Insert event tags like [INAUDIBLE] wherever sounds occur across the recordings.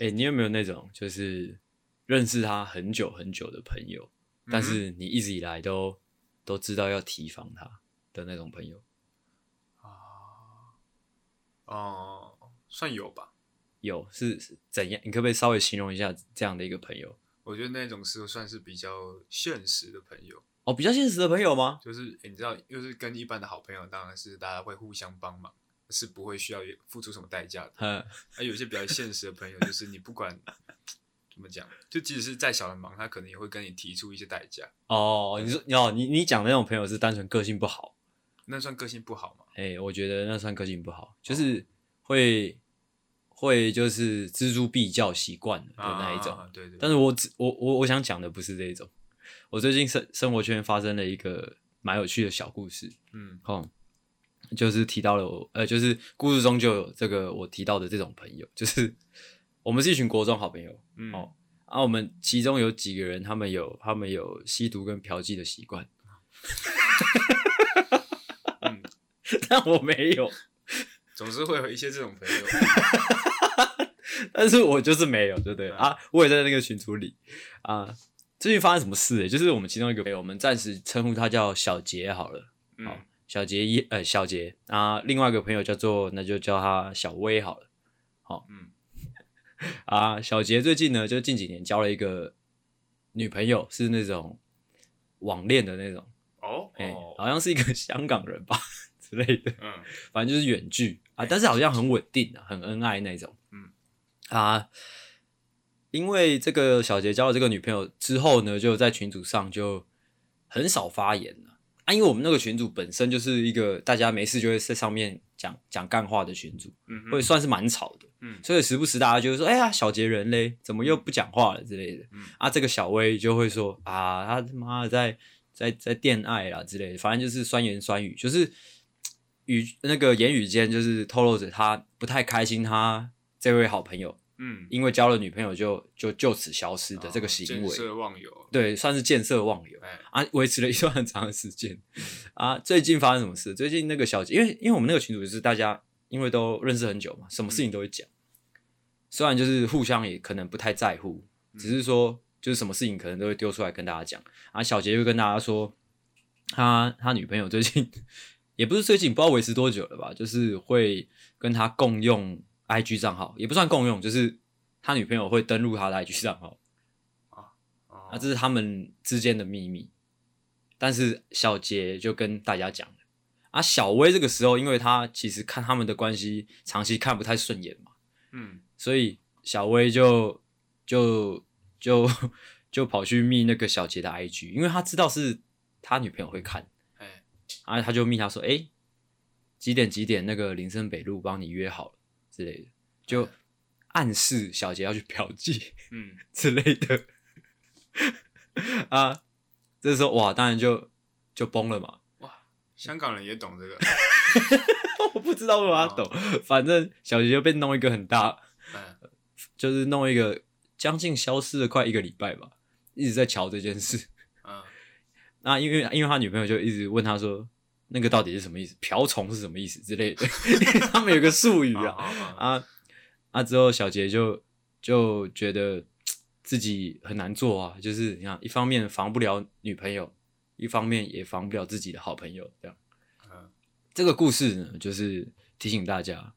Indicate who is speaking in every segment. Speaker 1: 哎、你有没有那种就是认识他很久很久的朋友，
Speaker 2: 嗯
Speaker 1: 但是你一直以来都都知道要提防他的那种朋友？
Speaker 2: 啊，哦、算有吧。
Speaker 1: 有是是怎样？你可不可以稍微形容一下这样的一个朋友？
Speaker 2: 我觉得那种是算是比较现实的朋友，
Speaker 1: 哦，比较现实的朋友吗？
Speaker 2: 就是、诶你知道，又是跟一般的好朋友，当然是大家会互相帮忙，是不会需要付出什么代价的。
Speaker 1: 嗯，
Speaker 2: 而有些比较现实的朋友，就是你不管怎么讲，就即使是再小的忙，他可能也会跟你提出一些代价。
Speaker 1: 哦，你说哦，你你讲的那种朋友是单纯个性不好。
Speaker 2: 那算个性不好吗？
Speaker 1: 哎、我觉得那算个性不好，就是会、会就是锱铢必较习惯了的
Speaker 2: 啊
Speaker 1: 那一种。
Speaker 2: 啊对对。
Speaker 1: 但是我只我我我想讲的不是这一种。我最近生生活圈发生了一个蛮有趣的小故事，
Speaker 2: 嗯
Speaker 1: 哦，就是提到了我呃，就是故事中就有这个我提到的这种朋友，就是我们是一群国中好朋友，
Speaker 2: 嗯
Speaker 1: 哦啊，我们其中有几个人，他们有他们有吸毒跟嫖妓的习惯， [LAUGHS]
Speaker 2: 嗯，
Speaker 1: 但我没有。
Speaker 2: 总是会有一些这种
Speaker 1: [LAUGHS]
Speaker 2: 朋友。
Speaker 1: 但是我就是没有，对不对
Speaker 2: 嗯
Speaker 1: 啊？我也在那个群组里啊。最近发生什么事、欸？就是我们其中一个朋友，我们暂时称呼他叫小杰好了。好
Speaker 2: 嗯，
Speaker 1: 小杰一呃，小杰啊，另外一个朋友叫做那就叫他小薇好了
Speaker 2: 嗯
Speaker 1: 啊。小杰最近呢，就近几年交了一个女朋友，是那种网恋的那种，
Speaker 2: 哦
Speaker 1: 哎、
Speaker 2: 哦
Speaker 1: 好像是一个香港人吧 [LAUGHS] 之类的。
Speaker 2: 嗯
Speaker 1: 反正就是远距啊，
Speaker 2: 哎
Speaker 1: 但是好像很稳定、啊，很恩爱那种。
Speaker 2: 嗯
Speaker 1: 啊，因为这个小杰交了这个女朋友之后呢，就在群组上就很少发言了啊，因为我们那个群组本身就是一个大家没事就会在上面讲讲干话的群组，
Speaker 2: 嗯
Speaker 1: 会
Speaker 2: 哼
Speaker 1: 算是蛮吵的。
Speaker 2: 嗯
Speaker 1: 所以时不时大家就会说：“哎呀，小杰人嘞，怎么又不讲话了之类的。
Speaker 2: 嗯
Speaker 1: 啊，这个小薇就会说：“啊，他他妈的在在在恋爱啦之类的，反正就是酸言酸语，就是嘖语那个言语间就是透露着他不太开心，他这位好朋友
Speaker 2: 嗯
Speaker 1: 因为交了女朋友就就就此消失的这个
Speaker 2: 哦
Speaker 1: 行
Speaker 2: 见
Speaker 1: 为，
Speaker 2: 色忘友。
Speaker 1: 对，算是见色忘友。”
Speaker 2: 哎
Speaker 1: 啊，维持了一段很长的时间。啊，最近发生什么事？最近那个小姐，因为因为我们那个群主就是大家因为都认识很久嘛，什么事情都会讲。虽然就是互相也可能不太在乎，只是说就是什么事情可能都会丢出来跟大家讲。啊，小杰就跟大家说，他他女朋友最近也不是最近，不知道维持多久了吧，就是会跟他共用 IG 账号，也不算共用，就是他女朋友会登录他的 IG 账号。
Speaker 2: 哦
Speaker 1: 啊，这是他们之间的秘密。但是小杰就跟大家讲了啊，小薇这个时候，因为她其实看他们的关系长期看不太顺眼嘛，
Speaker 2: 嗯
Speaker 1: 所以小薇就就就 [LAUGHS] 就跑去密那个小杰的 IG，因为他知道是他女朋友会看，
Speaker 2: 哎
Speaker 1: 啊，他就密他说，哎、几点几点那个林森北路帮你约好了之类的，就暗示小杰要去嫖妓。
Speaker 2: 嗯
Speaker 1: 之类的 [LAUGHS] 啊。这时候哇，当然就就崩了嘛。 [LAUGHS]
Speaker 2: 哇，香港人也懂这个。
Speaker 1: 我不知道为什么他懂，反正小杰就被弄一个很大，
Speaker 2: 嗯
Speaker 1: 就是弄一个将近消失了快一个礼拜吧，一直在瞧这件事。 [LAUGHS]
Speaker 2: 嗯
Speaker 1: 那因为因为他女朋友就一直问他说，那个到底是什么意思？瓢虫是什么意思之类的？ [LAUGHS] 他们有个术语啊，
Speaker 2: 啊
Speaker 1: 啊啊！之后小杰就就觉得自己很难做啊，就是你看，一方面防不了女朋友，一方面也防不了自己的好朋友。这样，
Speaker 2: 嗯
Speaker 1: 这个故事呢，就是提醒大家，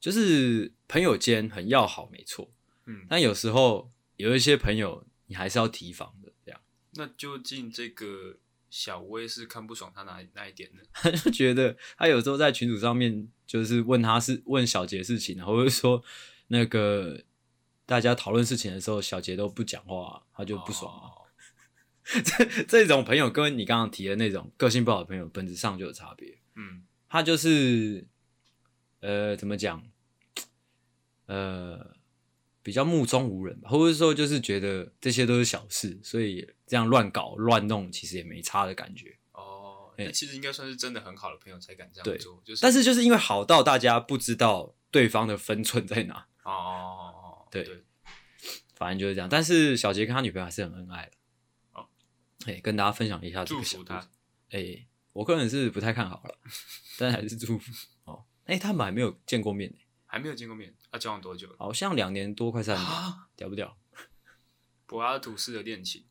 Speaker 1: 就是朋友间很要好，没错，
Speaker 2: 嗯，
Speaker 1: 但有时候有一些朋友，你还是要提防的。这样，
Speaker 2: 那究竟这个小薇是看不爽他哪哪一点呢？
Speaker 1: 他就 [LAUGHS] 觉得他有时候在群组上面，就是问他是问小杰事情，然后就说那个。大家讨论事情的时候，小杰都不讲话，他就不爽啊。
Speaker 2: 哦
Speaker 1: 这 [LAUGHS] 这种朋友跟你刚刚提的那种个性不好的朋友本质上就有差别。
Speaker 2: 嗯
Speaker 1: 他就是呃，怎么讲？呃，比较目中无人吧，或者说就是觉得这些都是小事，所以这样乱搞乱弄其实也没差的感觉。
Speaker 2: 哦，
Speaker 1: 哎
Speaker 2: 那其实应该算是真的很好的朋友才敢这
Speaker 1: 对
Speaker 2: 样做，就是
Speaker 1: 但是就是因为好到大家不知道对方的分寸在哪， [LAUGHS]
Speaker 2: 哦哦哦，
Speaker 1: 对
Speaker 2: 对，
Speaker 1: 反正就是这样。但是小杰跟他女朋友还是很恩爱的。
Speaker 2: 好，
Speaker 1: 哎、跟大家分享一下这
Speaker 2: 哦祝
Speaker 1: 个小
Speaker 2: 福
Speaker 1: 故事
Speaker 2: 他。
Speaker 1: 哎、 [LAUGHS] 我个人是不太看好了，但还是祝福哦。哎、他们还没有见过面呢、
Speaker 2: 还没有见过面，啊，交往多久了？
Speaker 1: 好像两年多，快三年，
Speaker 2: 啊，
Speaker 1: 屌不屌？
Speaker 2: 柏拉图式的恋情，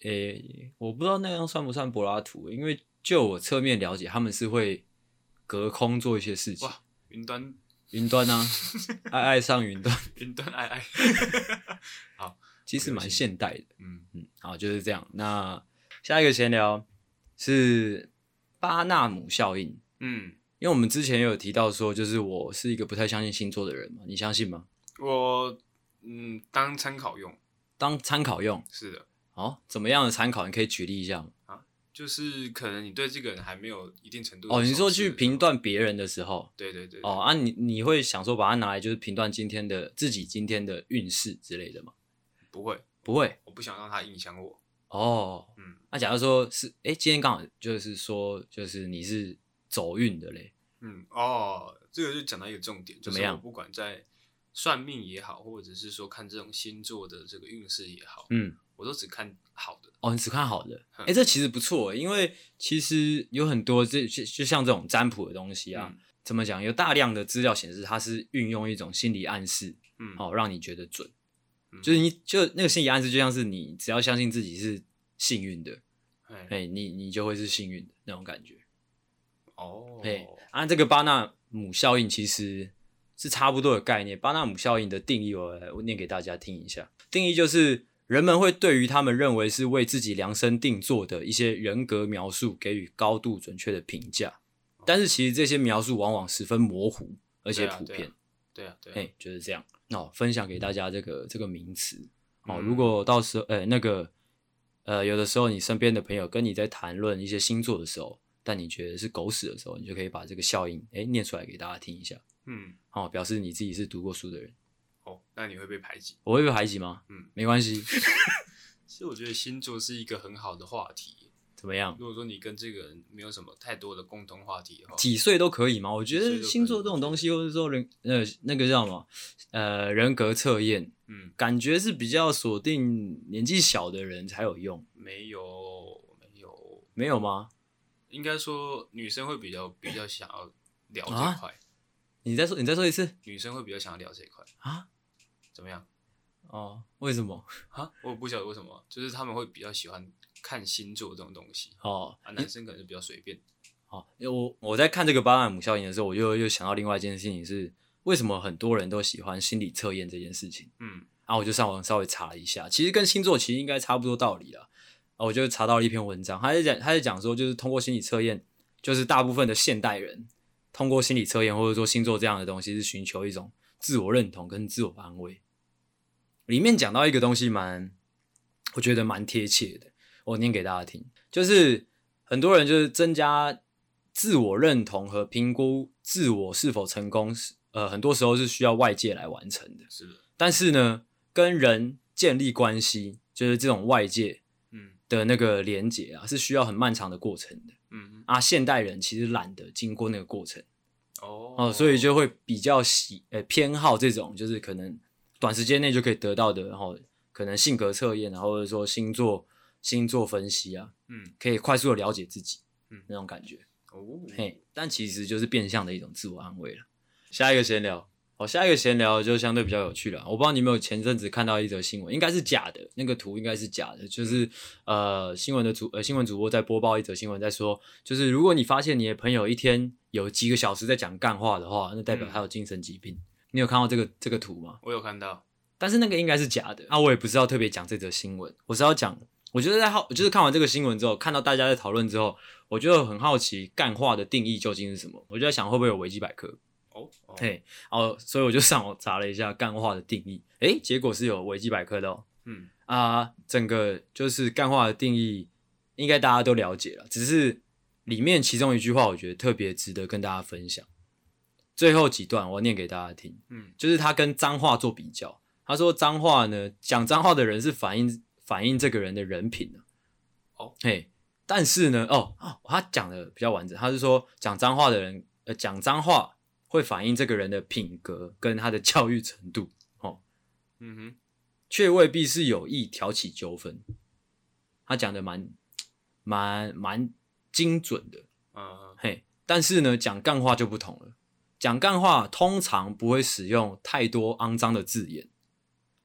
Speaker 1: 诶、哎我不知道那样算不算柏拉图，因为就我侧面了解，他们是会隔空做一些事情，
Speaker 2: 哇，云端 [LAUGHS]
Speaker 1: 云端啊，爱爱上云端，
Speaker 2: 云端爱 [LAUGHS] 爱，
Speaker 1: 其实蛮现代的。
Speaker 2: 嗯，
Speaker 1: 嗯，好，就是这样。那下一个闲聊是巴纳姆效应，
Speaker 2: 嗯，
Speaker 1: 因为我们之前有提到说，就是我是一个不太相信星座的人嘛，你相信吗？
Speaker 2: 我嗯当参考用，
Speaker 1: 当参考用，
Speaker 2: 是的，
Speaker 1: 哦，怎么样的参考？你可以举例一下吗？
Speaker 2: 就是可能你对这个人还没有一定程度的
Speaker 1: 哦，你
Speaker 2: 熟
Speaker 1: 说
Speaker 2: 悉
Speaker 1: 去
Speaker 2: 的时
Speaker 1: 评
Speaker 2: 候，
Speaker 1: 断别人的时候，
Speaker 2: 对对对，对
Speaker 1: 哦，啊你，你会想说把它拿来就是评断今天的自己今天的运势之类的吗？
Speaker 2: 不会，
Speaker 1: 不会，
Speaker 2: 我不想让他影响我，
Speaker 1: 哦，
Speaker 2: 嗯
Speaker 1: 那假如说是，哎、今天刚好就是说，就是你是走运的嘞，
Speaker 2: 嗯，哦，这个就讲到一个重点，就
Speaker 1: 怎么
Speaker 2: 是我
Speaker 1: 样
Speaker 2: 不管在算命也好，或者是说看这种星座的这个运势也好，
Speaker 1: 嗯，
Speaker 2: 我都只看好的，
Speaker 1: 哦，你只看好的，
Speaker 2: 嗯
Speaker 1: 哎、这其实不错，因为其实有很多这就就像这种占卜的东西啊，
Speaker 2: 嗯
Speaker 1: 怎么讲？有大量的资料显示它是运用一种心理暗示，
Speaker 2: 嗯，
Speaker 1: 哦，让你觉得准，
Speaker 2: 嗯，
Speaker 1: 就是你就那个心理暗示，就像是你只要相信自己是幸运的，
Speaker 2: 哎，
Speaker 1: 哎、你你就会是幸运的那种感觉。
Speaker 2: 哦，
Speaker 1: 对啊，这个巴纳姆效应其实是差不多的概念。巴纳姆效应的定义，我来我念给大家听一下。定义就是人们会对于他们认为是为自己量身定做的一些人格描述给予高度准确的评价，但是其实这些描述往往十分模糊，而且
Speaker 2: 对啊
Speaker 1: 普
Speaker 2: 对啊
Speaker 1: 遍。
Speaker 2: 对啊，对啊，
Speaker 1: 哎、就是这样。哦，分享给大家这个这个名词哦。
Speaker 2: 嗯
Speaker 1: 如果到时候，呃、那个，呃，有的时候你身边的朋友跟你在谈论一些星座的时候，但你觉得是狗屎的时候，你就可以把这个效应哎、念出来给大家听一下，
Speaker 2: 嗯，
Speaker 1: 哦，表示你自己是读过书的人。
Speaker 2: 哦，那你会被排挤。
Speaker 1: 我会被排挤吗？
Speaker 2: 嗯，
Speaker 1: 没关系。
Speaker 2: 其实我觉得星座是一个很好的话题。
Speaker 1: 怎么样？
Speaker 2: 如果说你跟这个人没有什么太多的共同话题的话，
Speaker 1: 几岁都可以吗？我觉
Speaker 2: 几岁
Speaker 1: 得
Speaker 2: 都可以
Speaker 1: 星座这种东西，或者说人呃那个叫什么呃人格测验，
Speaker 2: 嗯，
Speaker 1: 感觉是比较锁定年纪小的人才有用，
Speaker 2: 没有没有，
Speaker 1: 没有吗？
Speaker 2: 应该说女生会比较比较想要聊
Speaker 1: 啊
Speaker 2: 这块，
Speaker 1: 你再说，你再说一次
Speaker 2: 女生会比较想要聊这块，
Speaker 1: 啊？
Speaker 2: 怎么样
Speaker 1: 哦，为什么？
Speaker 2: 啊？我不晓得为什么，就是他们会比较喜欢看星座这种东西
Speaker 1: 哦，
Speaker 2: 啊，男生可能就比较随便。
Speaker 1: 好，因为我我在看这个巴纳姆效应的时候，我就又想到另外一件事情是，为什么很多人都喜欢心理测验这件事情？
Speaker 2: 嗯
Speaker 1: 啊，我就上网稍微查了一下，其实跟星座其实应该差不多道理啦。啊，我就查到了一篇文章，他在讲他在讲说，就是通过心理测验，就是大部分的现代人通过心理测验或者说星座这样的东西，是寻求一种自我认同跟自我安慰。里面讲到一个东西蛮，我觉得蛮贴切的，我念给大家听，就是很多人就是增加自我认同和评估自我是否成功是，呃，很多时候是需要外界来完成的。
Speaker 2: 是的，
Speaker 1: 但是呢，跟人建立关系，就是这种外界
Speaker 2: 嗯
Speaker 1: 的那个连接啊，是需要很漫长的过程的
Speaker 2: 嗯
Speaker 1: 啊。现代人其实懒得经过那个过程
Speaker 2: 哦
Speaker 1: 哦，所以就会比较喜呃偏好这种，就是可能短时间内就可以得到的，然、后可能性格测验，然啊后或者说星座星座分析啊，
Speaker 2: 嗯
Speaker 1: 可以快速的了解自己，
Speaker 2: 嗯
Speaker 1: 那种感觉。
Speaker 2: 哦
Speaker 1: 嘿，但其实就是变相的一种自我安慰了。下一个闲聊，哦，下一个闲聊就相对比较有趣了。我不知道你有没有前阵子看到一则新闻，应该是假的，那个图应该是假的，就是呃新闻的主呃新闻主播在播报一则新闻，在说就是如果你发现你的朋友一天有几个小时在讲干话的话，那代表他有精神疾病。你有看到这个这个图吗？
Speaker 2: 我有看到，
Speaker 1: 但是那个应该是假的。啊，我也不是要特别讲这则新闻，我是要讲，我觉得在好，我就是看完这个新闻之后，看到大家在讨论之后，我就很好奇干话的定义究竟是什么。我就在想会不会有维基百科，
Speaker 2: 哦哦，
Speaker 1: 嘿，哦，所以我就上网查了一下干话的定义，诶，结果是有维基百科的哦。
Speaker 2: 嗯
Speaker 1: 啊，整个就是干话的定义，应该大家都了解了，只是里面其中一句话，我觉得特别值得跟大家分享。最后几段我念给大家听。
Speaker 2: 嗯
Speaker 1: 就是他跟脏话做比较。他说脏话呢，讲脏话的人是反映反映这个人的人品的、
Speaker 2: 哦，
Speaker 1: 嘿，但是呢，哦，哦他讲的比较完整，他是说讲脏话的人，呃，讲脏话会反映这个人的品格跟他的教育程度，哦
Speaker 2: 嗯哼，
Speaker 1: 却未必是有意挑起纠纷。他讲的蛮蛮蛮精准的，
Speaker 2: 嗯呃
Speaker 1: 嘿，但是呢，讲干话就不同了。讲干话通常不会使用太多肮脏的字眼，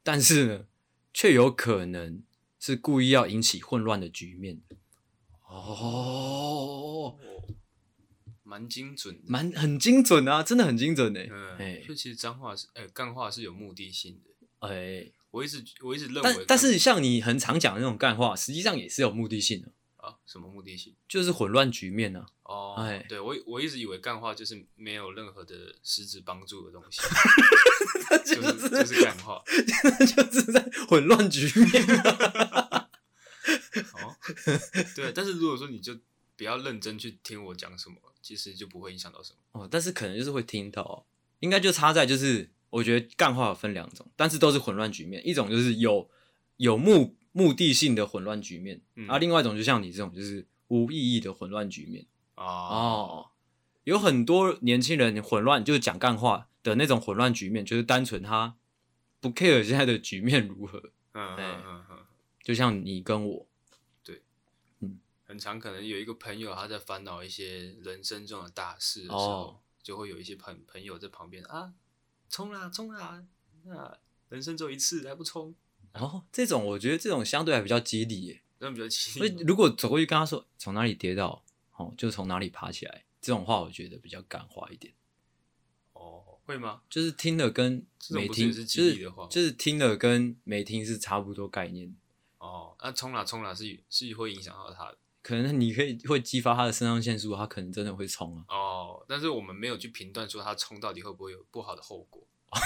Speaker 1: 但是呢，却有可能是故意要引起混乱的局面。哦，
Speaker 2: 蛮精准的。
Speaker 1: 蛮很精准啊，真的很精准哎、
Speaker 2: 嗯
Speaker 1: 哎，
Speaker 2: 就其实脏话是，哎、干话是有目的性的。
Speaker 1: 哎、
Speaker 2: 我一直我一直认为
Speaker 1: 但
Speaker 2: 干，
Speaker 1: 但是像你很常讲的那种干话，实际上也是有目的性的，
Speaker 2: 啊，什么目的性？
Speaker 1: 就是混乱局面啊。
Speaker 2: 哦，
Speaker 1: 哎
Speaker 2: 对我我一直以为干话就是没有任何的实质帮助的东
Speaker 1: [LAUGHS]
Speaker 2: 西，就
Speaker 1: 就是
Speaker 2: 是就是干话。
Speaker 1: [LAUGHS] 就是在混乱局面、啊 [LAUGHS]
Speaker 2: 哦，对，但是如果说你就不要认真去听我讲什么，其实就不会影响到什么。
Speaker 1: 哦，但是可能就是会听到、哦，应该就差在就是，我觉得干话有分两种，但是都是混乱局面，一种就是有有目目的性的混乱局面，
Speaker 2: 嗯
Speaker 1: 啊，另外一种就像你这种就是无意义的混乱局面。
Speaker 2: 哦，
Speaker 1: 哦，有很多年轻人混乱，就是讲干话的那种混乱局面，就是单纯他不 care 现在的局面如何，
Speaker 2: 嗯
Speaker 1: 哎
Speaker 2: 嗯嗯嗯，
Speaker 1: 就像你跟我，
Speaker 2: 很常可能有一个朋友他在烦恼一些人生中的大事的时
Speaker 1: 哦
Speaker 2: 候，就会有一些朋朋友在旁边啊，冲啦冲啦，那人生只有一次，还不冲，
Speaker 1: 哦，这种我觉得这种相对还比较激励耶，
Speaker 2: 那比较气
Speaker 1: 所以。如果走过去跟他说从哪里跌倒，哦，就从哪里爬起来，这种话我觉得比较感化一点，
Speaker 2: 哦，会吗？
Speaker 1: 就是听了跟
Speaker 2: 这种
Speaker 1: 没
Speaker 2: 不是
Speaker 1: 听，
Speaker 2: 也是激
Speaker 1: 就
Speaker 2: 励的
Speaker 1: 是
Speaker 2: 话吗
Speaker 1: 就是听了跟没听是差不多概念，
Speaker 2: 哦，那冲啦冲啦是是会影响到他的
Speaker 1: 可能你可以会激发他的肾上腺素，他可能真的会冲啊。
Speaker 2: 哦，但是我们没有去评断说他冲到底会不会有不好的后果。
Speaker 1: [LAUGHS]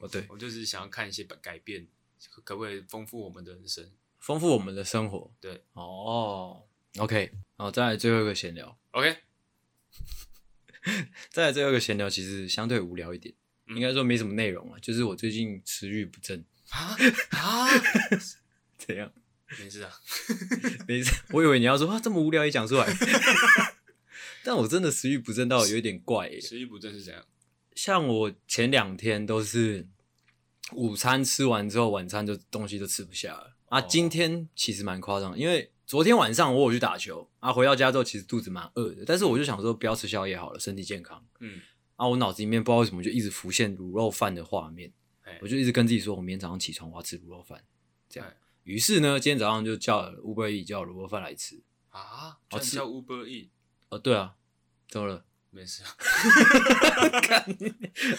Speaker 1: 哦，对，
Speaker 2: 我就是想要看一些改变，可不可以丰富我们的人生？
Speaker 1: 丰富我们的生活。
Speaker 2: 对，
Speaker 1: 哦，OK，然后再来最后一个闲聊，
Speaker 2: OK，
Speaker 1: 再来最后一个闲聊其实相对无聊一点，
Speaker 2: 嗯
Speaker 1: 应该说没什么内容啊，就是我最近食欲不振， [LAUGHS]
Speaker 2: 啊啊，
Speaker 1: 怎样？
Speaker 2: 没事啊，
Speaker 1: 没事，我以为你 [LAUGHS] 要说啊这么无聊也讲出来， [LAUGHS] 但我真的食欲不振到有一点怪耶、
Speaker 2: 食欲不振是怎样？
Speaker 1: 像我前两天都是午餐吃完之后，晚餐就东西都吃不下了啊。
Speaker 2: 哦
Speaker 1: 今天其实蛮夸张的，因为昨天晚上我有去打球啊，回到家之后其实肚子蛮饿的，但是我就想说不要吃宵夜好了，身体健康
Speaker 2: 嗯，
Speaker 1: 啊。我脑子里面不知道为什么就一直浮现卤肉饭的画面，
Speaker 2: 哎
Speaker 1: 我，就一直跟自己说，我明天早上起床我要吃卤肉饭，这样
Speaker 2: 哎。
Speaker 1: 于是呢，今天早上就叫了 Uber E 叫卤肉饭来吃。
Speaker 2: 啊，
Speaker 1: 好
Speaker 2: 专
Speaker 1: 吃
Speaker 2: 叫 Uber E，
Speaker 1: 哦，对啊，怎么了？
Speaker 2: 没事啊，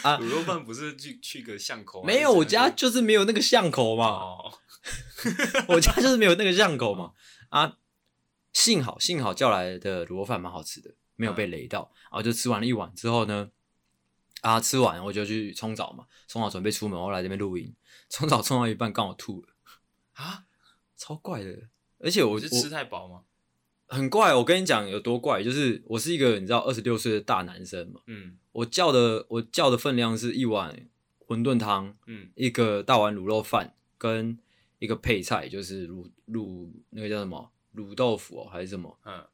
Speaker 1: [LAUGHS] 啊
Speaker 2: 卤肉饭不是去去个巷口啊，
Speaker 1: 没有，我家
Speaker 2: 还是在
Speaker 1: 就是没有那个巷口
Speaker 2: 那边
Speaker 1: 嘛。
Speaker 2: 哦，
Speaker 1: [LAUGHS] 我家就是没有那个巷口嘛。啊，幸好幸好叫来的卤肉饭蛮好吃的，没
Speaker 2: 嗯
Speaker 1: 有被雷到。然后就吃完了一碗之后呢，啊，吃完我就去冲澡嘛，冲澡准备出门，我来这边录音。冲澡冲到一半，刚好吐了，
Speaker 2: 啊，
Speaker 1: 超怪的。而且我
Speaker 2: 我是吃
Speaker 1: 我
Speaker 2: 太饱吗？
Speaker 1: 很怪，我跟你讲有多怪，就是我是一个你知道二十六岁的大男生嘛，
Speaker 2: 嗯
Speaker 1: 我叫的我叫的分量是一碗馄饨汤，
Speaker 2: 嗯，
Speaker 1: 一个大碗卤肉饭跟一个配菜，就是卤卤那个叫什么卤豆腐哦，还是什么？
Speaker 2: 嗯，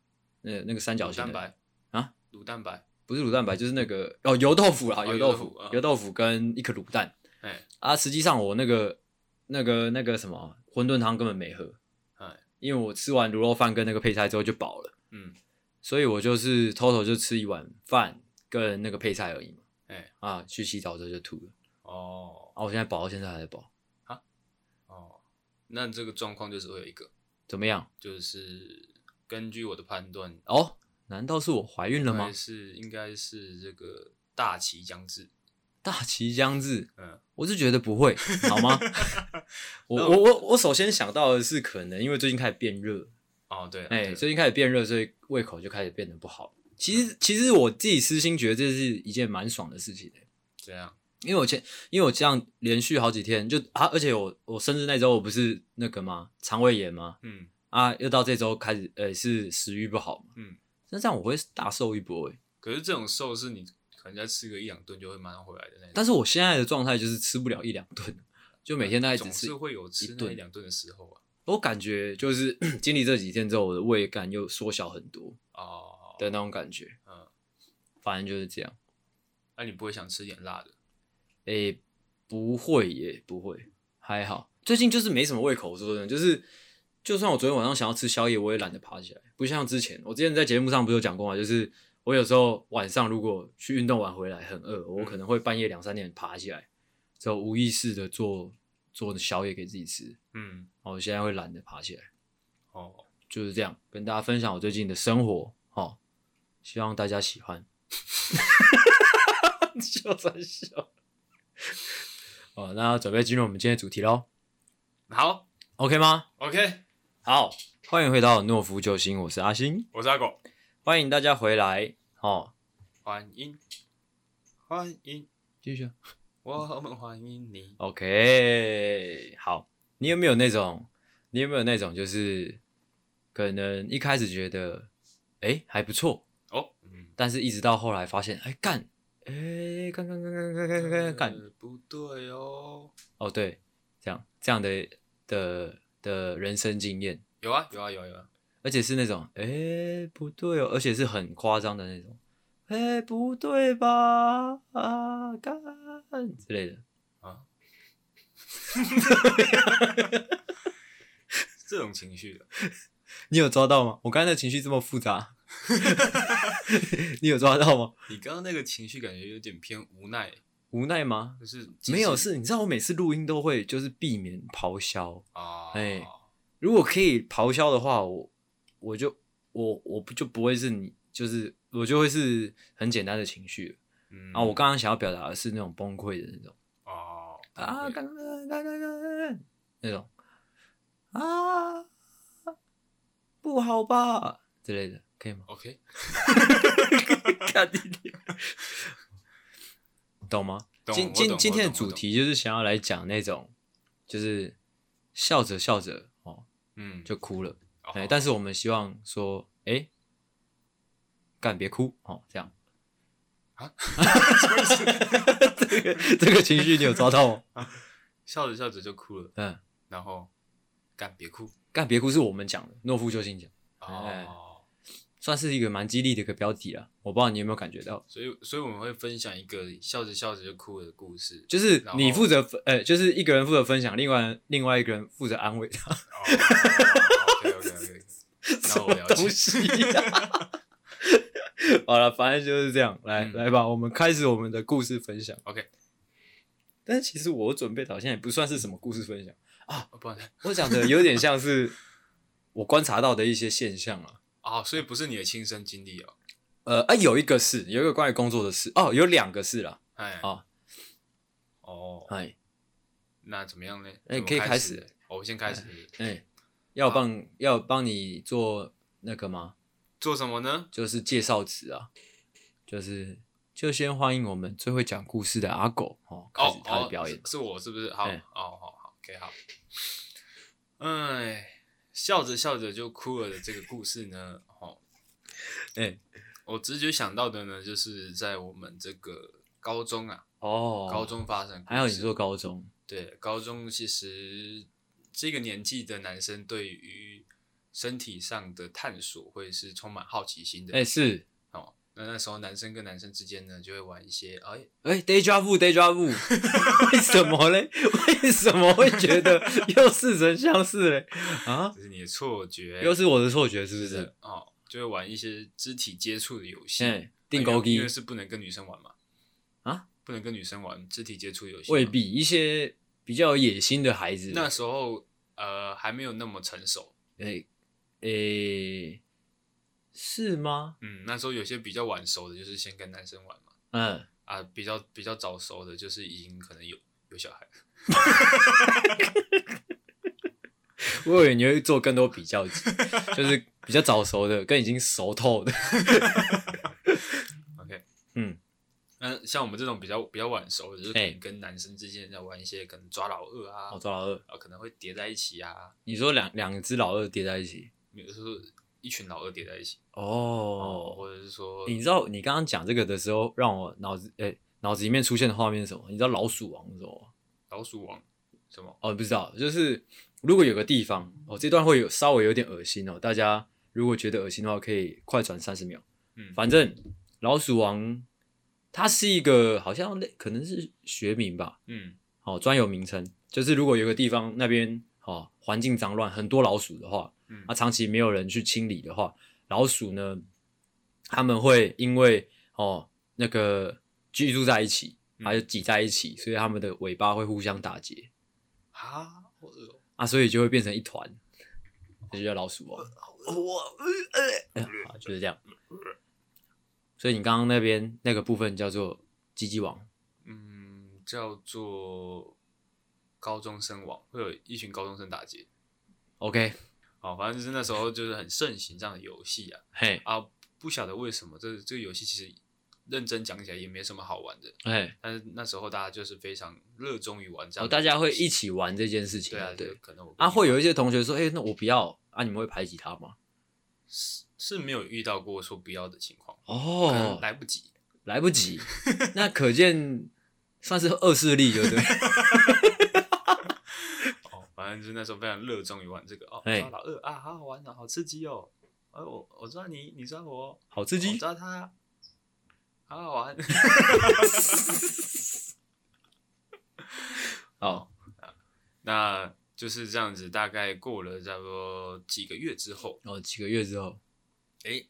Speaker 1: 那那个三角
Speaker 2: 卤
Speaker 1: 形
Speaker 2: 蛋
Speaker 1: 的
Speaker 2: 白
Speaker 1: 啊，
Speaker 2: 卤蛋白，
Speaker 1: 不是卤蛋白，就是那个哦油豆腐啦，
Speaker 2: 哦
Speaker 1: 油
Speaker 2: 油
Speaker 1: 豆
Speaker 2: 豆
Speaker 1: 腐
Speaker 2: 腐啊
Speaker 1: 油豆腐跟一颗卤蛋
Speaker 2: 哎
Speaker 1: 啊。实际上我那个那个那个什么馄饨汤根本没喝，
Speaker 2: 哎，
Speaker 1: 因为我吃完卤肉饭跟那个配菜之后就饱了，
Speaker 2: 嗯
Speaker 1: 所以我就是偷偷就吃一碗饭跟那个配菜而已嘛。
Speaker 2: 哎，
Speaker 1: 啊，去洗澡之后就吐了
Speaker 2: 哦
Speaker 1: 啊！我现在饱到现在还在饱，
Speaker 2: 哦，那这个状况就是会有一个，
Speaker 1: 怎么样？
Speaker 2: 就是根据我的判断，
Speaker 1: 哦，难道是我怀孕了
Speaker 2: 应
Speaker 1: 吗
Speaker 2: 该？是应该是这个大旗将至，
Speaker 1: 大旗将至，
Speaker 2: 嗯，
Speaker 1: 我是觉得不会，好
Speaker 2: [LAUGHS]
Speaker 1: 吗？我我我我首先想到的是，可能因为最近开始变热，
Speaker 2: 哦对啊，
Speaker 1: 哎、
Speaker 2: 对啊
Speaker 1: 最近开始变热，所以胃口就开始变得不好。其实其实我自己私心觉得这是一件蛮爽的事情、欸
Speaker 2: 这样，
Speaker 1: 因为我前因为我这样连续好几天就啊，而且我我生日那周我不是那个吗？肠胃炎吗？
Speaker 2: 嗯，
Speaker 1: 啊，又到这周开始，呃、是食欲不好嘛，
Speaker 2: 嗯，
Speaker 1: 那这样我会大瘦一波、欸，
Speaker 2: 可是这种瘦是你可能再吃个一两顿就会马上回来的那种，
Speaker 1: 但是我现在的状态就是吃不了一两顿，就每天大概只
Speaker 2: 总
Speaker 1: 吃
Speaker 2: 是会有吃那
Speaker 1: 顿
Speaker 2: 一两顿的时候啊，
Speaker 1: 我感觉就是 [CLEARS THROAT] 经历这几天之后，我的胃感又缩小很多
Speaker 2: 哦，
Speaker 1: 的那种感觉。
Speaker 2: 嗯，
Speaker 1: 反正就是这样。
Speaker 2: 那你不会想吃点辣的，
Speaker 1: 诶、不会耶，不会，还好。最近就是没什么胃口，说真的，就是就算我昨天晚上想要吃宵夜，我也懒得爬起来，不像之前。我之前在节目上不是有讲过嘛，就是我有时候晚上如果去运动完回来很饿，我可能会半夜两三点爬起来，之后无意识的做做宵夜给自己吃。然
Speaker 2: 嗯，
Speaker 1: 后我现在会懒得爬起来，
Speaker 2: 哦，
Speaker 1: 就是这样跟大家分享我最近的生活哦，希望大家喜欢。 [LAUGHS] 笑三笑。哦，那准备进入我们今天的主题喽
Speaker 2: 好
Speaker 1: ，OK 吗？
Speaker 2: ，OK，
Speaker 1: 好，欢迎回到诺夫救星，我是阿星，
Speaker 2: 我是阿狗，
Speaker 1: 欢迎大家回来哦，
Speaker 2: 欢迎，欢迎，
Speaker 1: 继续啊。
Speaker 2: 我们欢迎你。
Speaker 1: OK，好，你有没有那种，你有没有那种，就是可能一开始觉得，哎、还不错，
Speaker 2: 哦，嗯，
Speaker 1: 但是一直到后来发现，哎、干，哎、干干干干干干 [LAUGHS] 干干，
Speaker 2: 呃不对哦，
Speaker 1: 哦，对，这样这样的的的人生经验，
Speaker 2: 有啊，有啊，有啊，有啊，
Speaker 1: 而且是那种，哎、不对哦，而且是很夸张的那种，哎、不对吧，啊，干之类的，
Speaker 2: 啊， [LAUGHS] 这种情绪的，
Speaker 1: 你有抓到吗？我刚才的情绪这么复杂，你有抓到吗？
Speaker 2: 你刚刚那个情绪感觉有点偏无奈，
Speaker 1: 无奈吗？
Speaker 2: 就是
Speaker 1: 没有，是你知道我每次录音都会就是避免咆哮，
Speaker 2: 啊，
Speaker 1: 哎如果可以咆哮的话，我我就我我不就不会是你，就是我就会是很简单的情绪。
Speaker 2: 嗯
Speaker 1: 然啊后我刚刚想要表达的是那种崩溃的那种
Speaker 2: 哦
Speaker 1: 啊，
Speaker 2: 对
Speaker 1: 刚刚刚刚刚刚那种啊，不好吧之类的，可
Speaker 2: [LAUGHS]
Speaker 1: 以吗？
Speaker 2: ，OK，
Speaker 1: 看你脸，懂吗？
Speaker 2: 懂
Speaker 1: 今
Speaker 2: 我
Speaker 1: 今
Speaker 2: 懂
Speaker 1: 今
Speaker 2: 我
Speaker 1: 天的
Speaker 2: 懂我
Speaker 1: 主
Speaker 2: 懂
Speaker 1: 题就是想要来讲那种，就是笑着笑着哦
Speaker 2: 嗯，
Speaker 1: 就哭了，
Speaker 2: 哦
Speaker 1: 哎、但是我们希望说，哎、干别哭哦，这样。
Speaker 2: 啊 [LAUGHS]
Speaker 1: 这个这个情绪你有抓到哦吗？
Speaker 2: 笑着笑着就哭了，
Speaker 1: 嗯，
Speaker 2: 然后干别哭
Speaker 1: 干别哭是我们讲的，懦夫救星讲，哎
Speaker 2: 哦，
Speaker 1: 算是一个蛮激励的一个标题了。我不知道你有没有感觉到，
Speaker 2: 所以所以我们会分享一个笑着笑着就哭了的故事，
Speaker 1: 就是
Speaker 2: 然后
Speaker 1: 你负责分，呃，就是一个人负责分享，另外另外一个人负责安慰他。 [LAUGHS]
Speaker 2: 哦 OK OK OK，
Speaker 1: 什
Speaker 2: 那我
Speaker 1: 么
Speaker 2: 了解
Speaker 1: 东西、好了，反正就是这样，来、
Speaker 2: 嗯
Speaker 1: 来吧，我们开始我们的故事分享。
Speaker 2: OK
Speaker 1: 但是其实我准备的好像也不算是什么故事分享，
Speaker 2: 哦不然
Speaker 1: 我讲的有点像是我观察到的一些现象啊。
Speaker 2: 哦，所以不是你的亲身经历哦，
Speaker 1: 呃，啊，有一个是有一个关于工作的事，哦，有两个事啦。
Speaker 2: 哎
Speaker 1: 好
Speaker 2: 哦，
Speaker 1: 哎
Speaker 2: 那怎么样呢？
Speaker 1: 哎
Speaker 2: 怎么
Speaker 1: 可以开
Speaker 2: 开
Speaker 1: 始
Speaker 2: 的，哦我先开始
Speaker 1: 哎，要帮、要帮你做那个吗？
Speaker 2: 做什么呢？
Speaker 1: 就是介绍词啊，就是就先欢迎我们最会讲故事的阿狗哦，开始
Speaker 2: 哦
Speaker 1: 他的表演
Speaker 2: 哦、。是是我是不是？好，
Speaker 1: 哎
Speaker 2: 哦，好好，OK，好。哎，笑着笑着就哭了的这个故事呢，哦，
Speaker 1: 哎
Speaker 2: 我直觉想到的呢，就是在我们这个高中啊，
Speaker 1: 哦，
Speaker 2: 高中发生的故事。
Speaker 1: 还有你说高中，
Speaker 2: 对，高中其实这个年纪的男生对于身体上的探索会是充满好奇心的。
Speaker 1: 哎、是，
Speaker 2: 哦，那那时候男生跟男生之间呢，就会玩一些哎
Speaker 1: 哎、d a y d r i v e d a y d r i v e 为什么嘞？ [LAUGHS] 为什么会觉得又似曾相识嘞？啊，
Speaker 2: 这是你的错觉，
Speaker 1: 又是我的错觉是不
Speaker 2: 是
Speaker 1: 是
Speaker 2: 的？哦，就会玩一些肢体接触的游戏
Speaker 1: 哎、，定钩
Speaker 2: 因为因
Speaker 1: 机
Speaker 2: 为是不能跟女生玩嘛，
Speaker 1: 啊，
Speaker 2: 不能跟女生玩肢体接触游戏，
Speaker 1: 未。必一些比较有野心的孩子，
Speaker 2: 那时候呃还没有那么成熟，
Speaker 1: 哎哎、是吗？
Speaker 2: 嗯，那时候有些比较晚熟的，就是先跟男生玩嘛，
Speaker 1: 嗯，
Speaker 2: 啊，比较比较早熟的，就是已经可能有有小孩了，
Speaker 1: 我以为你会做更多比较
Speaker 2: [LAUGHS]
Speaker 1: 级，就是比较早熟的跟已经熟透的，
Speaker 2: ，OK，
Speaker 1: 嗯。
Speaker 2: 那像我们这种比较比较晚熟的，就是可
Speaker 1: 哎
Speaker 2: 能跟男生之间在玩一些可能抓老二啊，
Speaker 1: 哦，抓老二，
Speaker 2: 啊可能会叠在一起啊，
Speaker 1: 你说两两只老二叠在一起，
Speaker 2: 比如说一群老二叠在一起，
Speaker 1: 哦，
Speaker 2: 或者是说
Speaker 1: 你知道你刚刚讲这个的时候，让我脑子诶、脑子里面出现的画面是什么？你知道老鼠王是什么吗？
Speaker 2: 老鼠王什么，
Speaker 1: 哦，不知道，就是如果有个地方，哦，这段会有稍微有点恶心哦，大家如果觉得恶心的话，可以快转三十秒。
Speaker 2: 嗯，
Speaker 1: 反正老鼠王它是一个好像类可能是学名吧，
Speaker 2: 嗯
Speaker 1: 哦，专有名称，就是如果有个地方那边哦环境脏乱，很多老鼠的话，
Speaker 2: 嗯
Speaker 1: 啊，长期没有人去清理的话，老鼠呢，他们会因为哦那个居住在一起，
Speaker 2: 嗯
Speaker 1: 还有挤在一起，所以他们的尾巴会互相打结
Speaker 2: 啊，好恶哦
Speaker 1: 啊，所以就会变成一团，这就叫老鼠王。
Speaker 2: 好恶哦我
Speaker 1: 啊，就是这样。所以你刚刚那边那个部分叫做鸡鸡王，
Speaker 2: 嗯，叫做高中生网，会有一群高中生打劫。
Speaker 1: OK，
Speaker 2: 哦，反正就是那时候就是很盛行这样的游戏啊
Speaker 1: 嘿，
Speaker 2: 啊，不晓得为什么这这个游戏其实认真讲起来也没什么好玩的，
Speaker 1: 哎，
Speaker 2: 但是那时候大家就是非常热衷于玩这
Speaker 1: 然后哦
Speaker 2: 样、
Speaker 1: 大家会一起玩这件事情，
Speaker 2: 对啊
Speaker 1: 对
Speaker 2: 就。可能我
Speaker 1: 啊，会有一些同学说，哎、那我不要，啊，你们会排挤他吗？
Speaker 2: 是是没有遇到过说不要的情况，可能
Speaker 1: 哦，
Speaker 2: 来不及。
Speaker 1: 来不及，那可见算是恶势力，对不对？
Speaker 2: 哦，反正就是那时候非常热衷于玩这个哦，
Speaker 1: 哎
Speaker 2: 抓老二啊，好好玩哦，好刺激哦，哎我我抓你，你抓我，
Speaker 1: [LAUGHS] 好刺
Speaker 2: 我
Speaker 1: 激，
Speaker 2: 抓他，好好玩。 [LAUGHS]
Speaker 1: 哦，
Speaker 2: 那就是这样子，大概过了差不多几个月之后，
Speaker 1: 哦，几个月之后，
Speaker 2: 哎，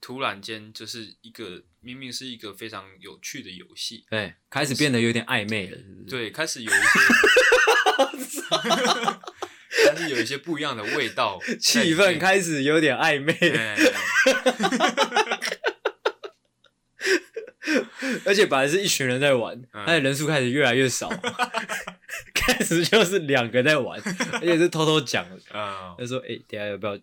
Speaker 2: 突然间就是一个明明是一个非常有趣的游戏，
Speaker 1: 哎、开始变得有点暧昧了，是不是？
Speaker 2: 对，开始
Speaker 1: [LAUGHS]
Speaker 2: 有一些，开始有一些不一样的味
Speaker 1: [LAUGHS]
Speaker 2: 道在里面，
Speaker 1: 气氛开始有点暧昧，
Speaker 2: 哎。
Speaker 1: 而且本来是一群人在玩，
Speaker 2: 嗯
Speaker 1: 但是人数开始越来越
Speaker 2: [LAUGHS]
Speaker 1: 少，开始就是两个在玩，而且是偷偷讲的，
Speaker 2: 嗯，
Speaker 1: [LAUGHS] 就说：“哎、等一下要不要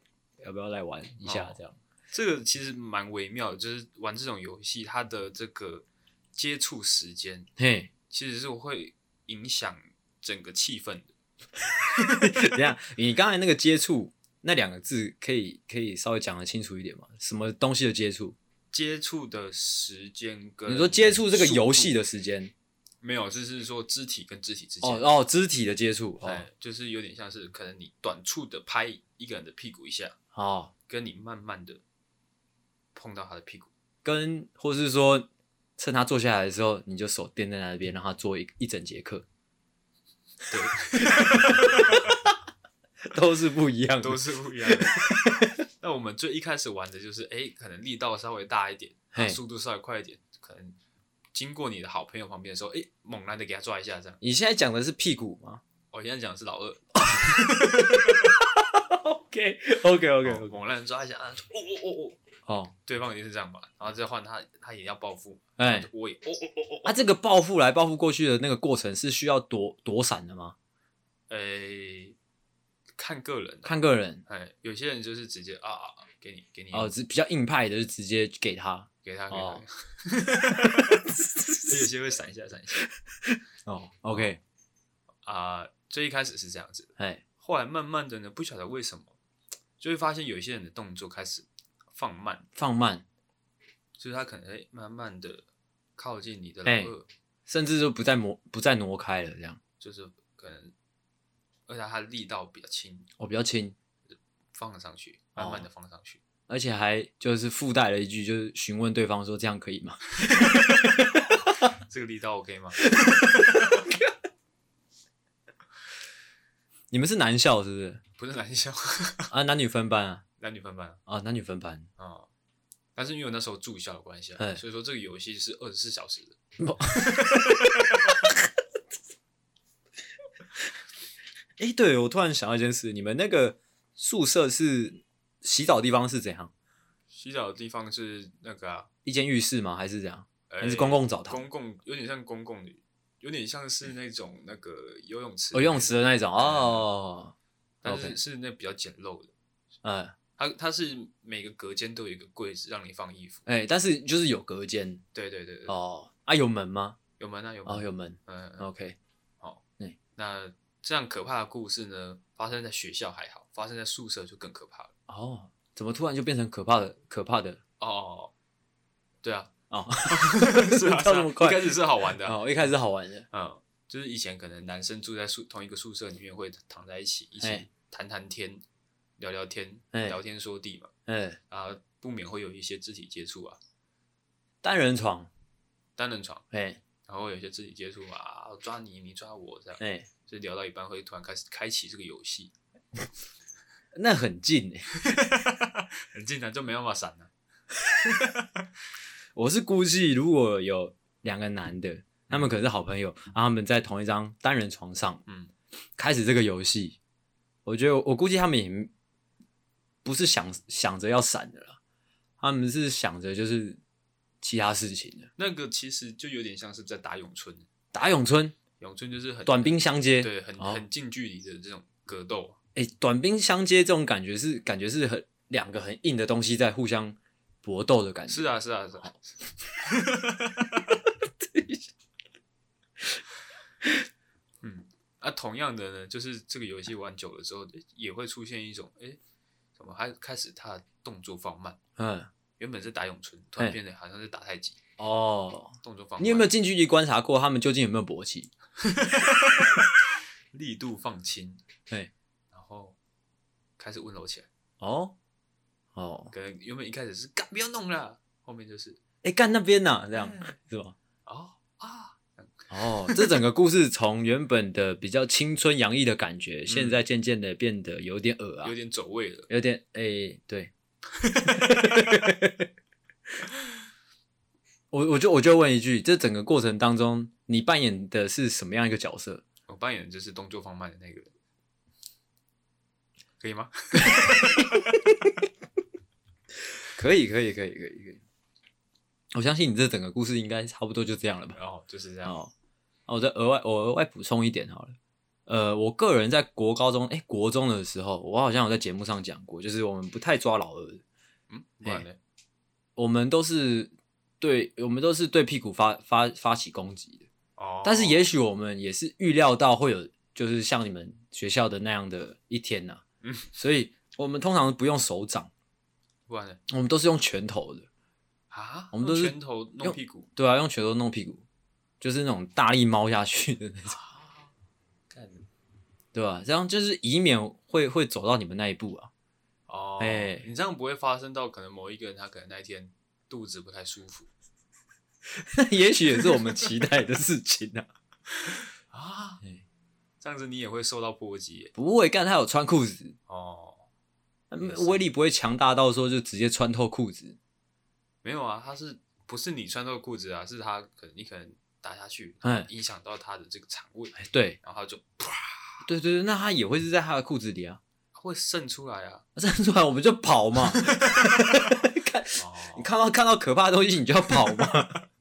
Speaker 1: 要不要来玩一下
Speaker 2: 哦？”
Speaker 1: 这样，
Speaker 2: 这个其实蛮微妙的，就是玩这种游戏，它的这个接触时间
Speaker 1: 嘿，
Speaker 2: 其实是会影响整个气氛的。
Speaker 1: 等一下你刚才那个接触那两个字，可以可以稍微讲的清楚一点吗？什么东西的接触？
Speaker 2: 接触的时间跟
Speaker 1: 你说接触这个游戏的时间？
Speaker 2: 没有，就是说肢体跟肢体之间，
Speaker 1: 哦哦，肢体的接触哦
Speaker 2: 哎，就是有点像是可能你短促的拍一个人的屁股一下，
Speaker 1: 哦，
Speaker 2: 跟你慢慢的碰到他的屁股，
Speaker 1: 跟或是说趁他坐下来的时候，你就手垫在那边，让他做一一整节课，
Speaker 2: 对，
Speaker 1: 都是不一样的，
Speaker 2: 都是不一
Speaker 1: [LAUGHS]
Speaker 2: 样的。那我们最一开始玩的就是，哎，可能力道稍微大一点，
Speaker 1: 嘿
Speaker 2: 速度稍微快一点，可能经过你的好朋友旁边的时候，哎，猛然的给他抓一下，这样。哦
Speaker 1: 你现在讲的是屁股
Speaker 2: [LAUGHS]
Speaker 1: 吗
Speaker 2: 我现在讲的是老二，
Speaker 1: ？OK OK OK
Speaker 2: 哦猛然地抓一下，啊，哦哦哦哦，
Speaker 1: 哦，
Speaker 2: 对方一定是这样吧，然后再换他，他也要报复，
Speaker 1: 哎，
Speaker 2: 我也，哦哦哦哦，
Speaker 1: 啊，这个报复来报复过去的那个过程是需要躲躲闪的吗？
Speaker 2: 哎，看个人啊，
Speaker 1: 看个人
Speaker 2: 哎，有些人就是直接啊啊，啊给你给你
Speaker 1: 哦，只比较硬派的就直接给他
Speaker 2: 给他给他，
Speaker 1: 哦
Speaker 2: 给他 [LAUGHS] 有些会闪一下闪一下
Speaker 1: 哦，OK，
Speaker 2: 啊。最一开始是这样子，
Speaker 1: 哎，
Speaker 2: 后来慢慢的呢，不晓得为什么，就会发现有一些人的动作开始放慢，
Speaker 1: 放慢，
Speaker 2: 就是他可能哎慢慢的靠近你的老
Speaker 1: 哎
Speaker 2: 二，
Speaker 1: 甚至就不再挪不再挪开了，这样
Speaker 2: 就是可能，而且他的力道比较轻，
Speaker 1: 哦，比较轻，
Speaker 2: 放上去，慢慢的
Speaker 1: 哦
Speaker 2: 放上去。
Speaker 1: 而且还就是附带了一句，就是询问对方说这样可以吗？ [LAUGHS]
Speaker 2: 这个力道 OK 吗？ [LAUGHS]
Speaker 1: 你们是男校是不是？
Speaker 2: 不是男校，
Speaker 1: 啊，男女分班啊，
Speaker 2: [LAUGHS] 男女分班
Speaker 1: 啊，男女分班，
Speaker 2: 啊、哦但是因为我那时候住校的关系啊，
Speaker 1: 哎
Speaker 2: 所以说这个游戏是二十四小时的。
Speaker 1: 哎、对我突然想到一件事，你们那个宿舍是洗澡的地方是怎样？
Speaker 2: 洗澡的地方是那个、啊，
Speaker 1: 一间浴室吗？还是怎样？
Speaker 2: 呃
Speaker 1: 还是公共澡堂？哦
Speaker 2: 公共有点像公共的，有点像是那种那个游泳池，
Speaker 1: 哦，游泳池，的那一种哦。
Speaker 2: 但
Speaker 1: OK
Speaker 2: 是是那比较简陋的。
Speaker 1: 嗯，
Speaker 2: 它它是每个隔间都有一个柜子让你放衣服。
Speaker 1: 哎、但是就是有隔间
Speaker 2: 对对对，对
Speaker 1: 哦。啊，有门吗？
Speaker 2: 有门啊有门
Speaker 1: 哦，，有门。
Speaker 2: 嗯嗯，嗯
Speaker 1: OK，
Speaker 2: 那这样可怕的故事呢，发生在学校还好，发生在宿舍就更可怕了。
Speaker 1: 哦，怎么突然就变成可怕的可怕的？
Speaker 2: 哦哦，哦
Speaker 1: [LAUGHS]
Speaker 2: 对啊，
Speaker 1: 哦，
Speaker 2: [LAUGHS] 是
Speaker 1: [LAUGHS]
Speaker 2: 啊，
Speaker 1: 跳那
Speaker 2: 是啊
Speaker 1: 么快
Speaker 2: 一开始是好玩的啊，
Speaker 1: [LAUGHS] 哦，一开始好玩的，
Speaker 2: 嗯，就是以前可能男生住在宿同一个宿舍里面，会躺在一起一
Speaker 1: 哎
Speaker 2: 起谈谈天、聊聊天、
Speaker 1: 哎
Speaker 2: 聊天说地嘛，
Speaker 1: 哎、
Speaker 2: 啊，不免会有一些肢体接触啊，
Speaker 1: 单人床，
Speaker 2: 单人床，
Speaker 1: 哎、
Speaker 2: 然后有一些肢体接触啊，我抓你，你抓我这样，
Speaker 1: 哎、
Speaker 2: 就聊到一半会突然开始开启这个游戏，
Speaker 1: 那很近哎、
Speaker 2: 很近的就没办法闪了、啊
Speaker 1: 我是估计如果有两个男的，他们可能是好朋友，然后他们在同一张单人床上，
Speaker 2: 嗯，
Speaker 1: 开始这个游戏，我觉得我估计他们也不是想想着要闪的了，他们是想着就是其他事情的。
Speaker 2: 那个其实就有点像是在打咏春，
Speaker 1: 打咏春，
Speaker 2: 咏春就是很
Speaker 1: 短兵相接，
Speaker 2: 对，很
Speaker 1: 哦
Speaker 2: 很近距离的这种格斗，啊
Speaker 1: 哎、短兵相接这种感觉是感觉是很两个很硬的东西在互相搏斗的感觉。
Speaker 2: 是啊，是啊，是啊，嗯，啊，同样的呢，就是这个游戏玩久了之后，也会出现一种，哎、怎么还开始他的动作放慢？
Speaker 1: 嗯，
Speaker 2: 原本是打咏春，突然
Speaker 1: 哎
Speaker 2: 变得好像是打太极，
Speaker 1: 哦，
Speaker 2: 动作放慢，
Speaker 1: 你有没有近距离观察过他们究竟有没有勃起？
Speaker 2: 力度放轻？
Speaker 1: 对，
Speaker 2: 然后开始温柔起来，
Speaker 1: 哦，哦，
Speaker 2: 可能原本一开始是干不要弄啦，后面就是
Speaker 1: 哎、干那边呐、这样是 [LAUGHS] 吧？
Speaker 2: 哦啊，
Speaker 1: 哦，这整个故事从原本的比较青春洋溢的感觉，现在渐渐的变得嗯有点恶啊
Speaker 2: 有，点走位了。
Speaker 1: 有点哎、 [LAUGHS] 对。我我就我就问一句，这整个过程当中，你扮演的是什么样一个角色？
Speaker 2: 我扮演的就是动作放慢的那个人，可以吗？
Speaker 1: 可以，可以，可以，可以，可以。我相信你这整个故事应该差不多就这样了吧？
Speaker 2: 然后就是这样，
Speaker 1: 哦，啊，我再额外我额外补充一点好了。呃，我个人在国高中，哎、国中的时候，我好像有在节目上讲过，就是我们不太抓老二的，
Speaker 2: 嗯，不然呢？
Speaker 1: 我们都是对，我们都是对屁股发发发起攻击的。
Speaker 2: 哦，
Speaker 1: 但是也许我们也是预料到会有，就是像你们学校的那样的一天呐、
Speaker 2: 嗯
Speaker 1: 所以我们通常不用手掌，
Speaker 2: 不然呢？
Speaker 1: 我们都是用拳头的。
Speaker 2: 啊，
Speaker 1: 我们都是
Speaker 2: 用拳头弄
Speaker 1: [LAUGHS]
Speaker 2: 屁股，
Speaker 1: 对啊，用拳头弄屁股，就是那种大力猫下去的那种，
Speaker 2: 干
Speaker 1: 对吧、这样就是以免会会走到你们那一步啊。
Speaker 2: 哦，
Speaker 1: 哎
Speaker 2: 你这样不会发生到可能某一个人他可能那一天肚子不太舒服
Speaker 1: [LAUGHS] 也许也是我们期待的事情啊。
Speaker 2: 啊
Speaker 1: 哎，
Speaker 2: 这样子你也会受到波及耶
Speaker 1: [LAUGHS] 不会干，他有穿裤子，嗯
Speaker 2: 哦。也是
Speaker 1: 威力不会强大到说就直接穿透裤子。
Speaker 2: 没有啊，他是不是你穿透裤子啊？是他可能你可能打下去，
Speaker 1: 哎
Speaker 2: 影响到他的这个肠胃，
Speaker 1: 哎对
Speaker 2: 然后他就
Speaker 1: 对对对，那他也会是在他的裤子里啊， [LAUGHS]
Speaker 2: 会渗出来啊。
Speaker 1: 站出来我们就跑嘛。 [LAUGHS] 看
Speaker 2: 哦
Speaker 1: 你看到看到可怕的东西，你就要跑 [LAUGHS] 嘛。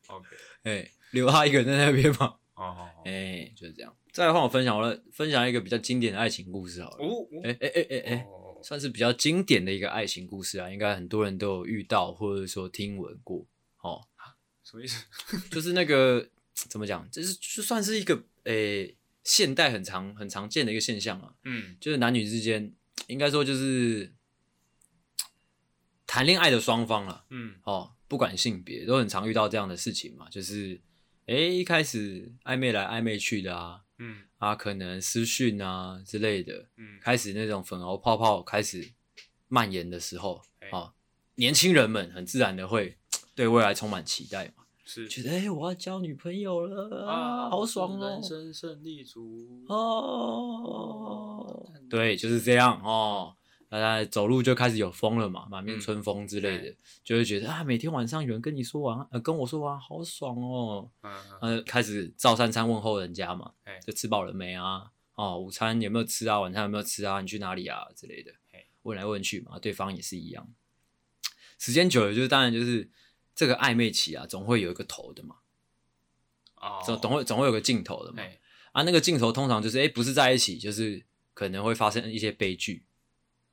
Speaker 2: ，OK，
Speaker 1: 哎，留他一个人在那边嘛。
Speaker 2: 哦哦哦
Speaker 1: 哎，就是这样。再来换我分享，我来分享一个比较经典的爱情故事好了。
Speaker 2: 哦，
Speaker 1: 哎哎哎哎哎，
Speaker 2: 哦，
Speaker 1: 算是比较经典的一个爱情故事啊，应该很多人都有遇到或者说听闻过。哦，
Speaker 2: 什么意思？
Speaker 1: 就是那个怎么讲，这是就算是一个诶、现代很常很常见的一个现象啊，
Speaker 2: 嗯，
Speaker 1: 就是男女之间应该说就是谈恋爱的双方了
Speaker 2: 嗯，
Speaker 1: 哦，不管性别都很常遇到这样的事情嘛，就是诶、一开始暧昧来暧昧去的啊
Speaker 2: 嗯
Speaker 1: 啊，可能私讯啊之类的，
Speaker 2: 嗯，
Speaker 1: 开始那种粉红泡泡开始蔓延的时候
Speaker 2: 哎
Speaker 1: 哦，年轻人们很自然的会对未来充满期待嘛。
Speaker 2: 是
Speaker 1: 觉得哎、我要交女朋友了啊，好爽哦
Speaker 2: 人！生胜利组，
Speaker 1: 哦，对，就是这样哦。大家走路就开始有风了嘛，满
Speaker 2: 嗯
Speaker 1: 面春风之类的，就会觉得啊，每天晚上有人跟你说晚安，呃，跟我说晚安，好爽哦。
Speaker 2: 嗯，嗯
Speaker 1: 呃，开始照三餐问候人家嘛
Speaker 2: 哎，
Speaker 1: 就吃饱了没啊？哦，午餐有没有吃啊？晚餐有没有吃啊？你去哪里啊？之类的
Speaker 2: 哎，
Speaker 1: 问来问去嘛，对方也是一样。时间久了，就是当然就是这个暧昧期啊，总会有一个头的嘛。
Speaker 2: 哦，
Speaker 1: 总总会总会有个镜头的嘛。
Speaker 2: 哎，
Speaker 1: 啊，那个镜头通常就是哎、诶不是在一起，就是可能会发生一些悲剧。
Speaker 2: 嗯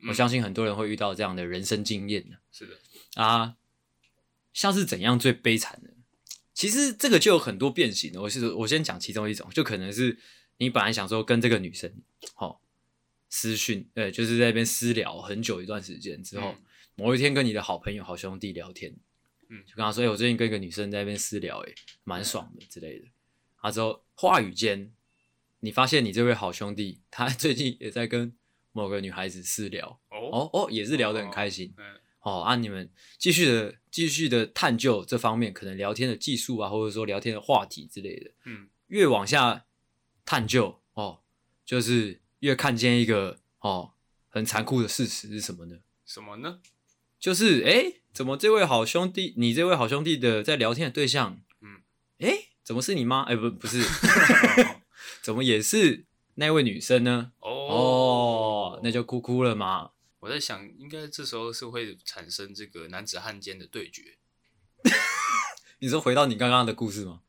Speaker 1: 我相信很多人会遇到这样的人生经验的
Speaker 2: 是的，
Speaker 1: 啊。像是怎样最悲惨的？其实这个就有很多变形的。我是我先讲其中一种，就可能是你本来想说跟这个女生好、哦、私讯，呃，就是在那边私聊很久一段时间之后，
Speaker 2: 嗯
Speaker 1: 某一天跟你的好朋友、好兄弟聊天，
Speaker 2: 嗯
Speaker 1: 就跟他说：“哎、我最近跟一个女生在那边私聊、哎，蛮爽的之类的。”啊，之后话语间，你发现你这位好兄弟他最近也在跟某个女孩子私聊，
Speaker 2: 哦，
Speaker 1: 哦哦，也是聊得很开心
Speaker 2: 嗯
Speaker 1: 哦。啊，你们继续的继续的探究这方面，可能聊天的技术啊，或者说聊天的话题之类的，
Speaker 2: 嗯，
Speaker 1: 越往下探究哦，就是越看见一个哦很残酷的事实是什么呢？ [LAUGHS]
Speaker 2: 什么呢？
Speaker 1: 就是哎、诶怎么这位好兄弟，你这位好兄弟的在聊天的对象，嗯
Speaker 2: 嗯，
Speaker 1: 哎、怎么是你妈？哎、不，不是， [LAUGHS] 怎么也是那位女生呢？哦，那就哭哭了嘛。
Speaker 2: 我在想，应该这时候是会产生这个男子汉间的对决，
Speaker 1: 你说回到你刚刚的故事吗？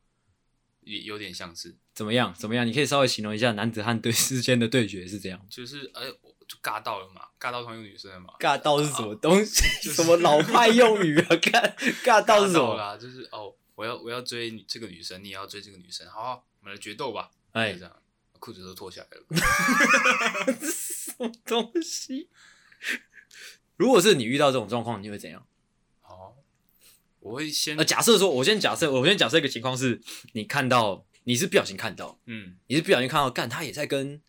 Speaker 2: 也有点像是，
Speaker 1: 怎么样？怎么样？你可以稍微形容一下男子汉对之间的对决是这样。
Speaker 2: 就是哎，我就尬到了嘛，尬到同一个女生了嘛，啊
Speaker 1: 尬到是什么东西？
Speaker 2: 就
Speaker 1: [LAUGHS]
Speaker 2: 是
Speaker 1: 什么老派用语啊？ [LAUGHS] 尬尬到是什
Speaker 2: 到
Speaker 1: 么？
Speaker 2: 啦，就是哦，我要我要追你这个女生，你也要追这个女生，好好，我们来决斗吧，
Speaker 1: 哎
Speaker 2: 就这，样，裤子都脱下来了，
Speaker 1: 这是什么东西？如果是你遇到这种状况，你会怎样？
Speaker 2: 好，我会先
Speaker 1: 呃，，假设说，我先假设，我先假设一个情况是，你看到你是不小心看到，
Speaker 2: 嗯，
Speaker 1: [LAUGHS] 你是不小心看到，干他也在跟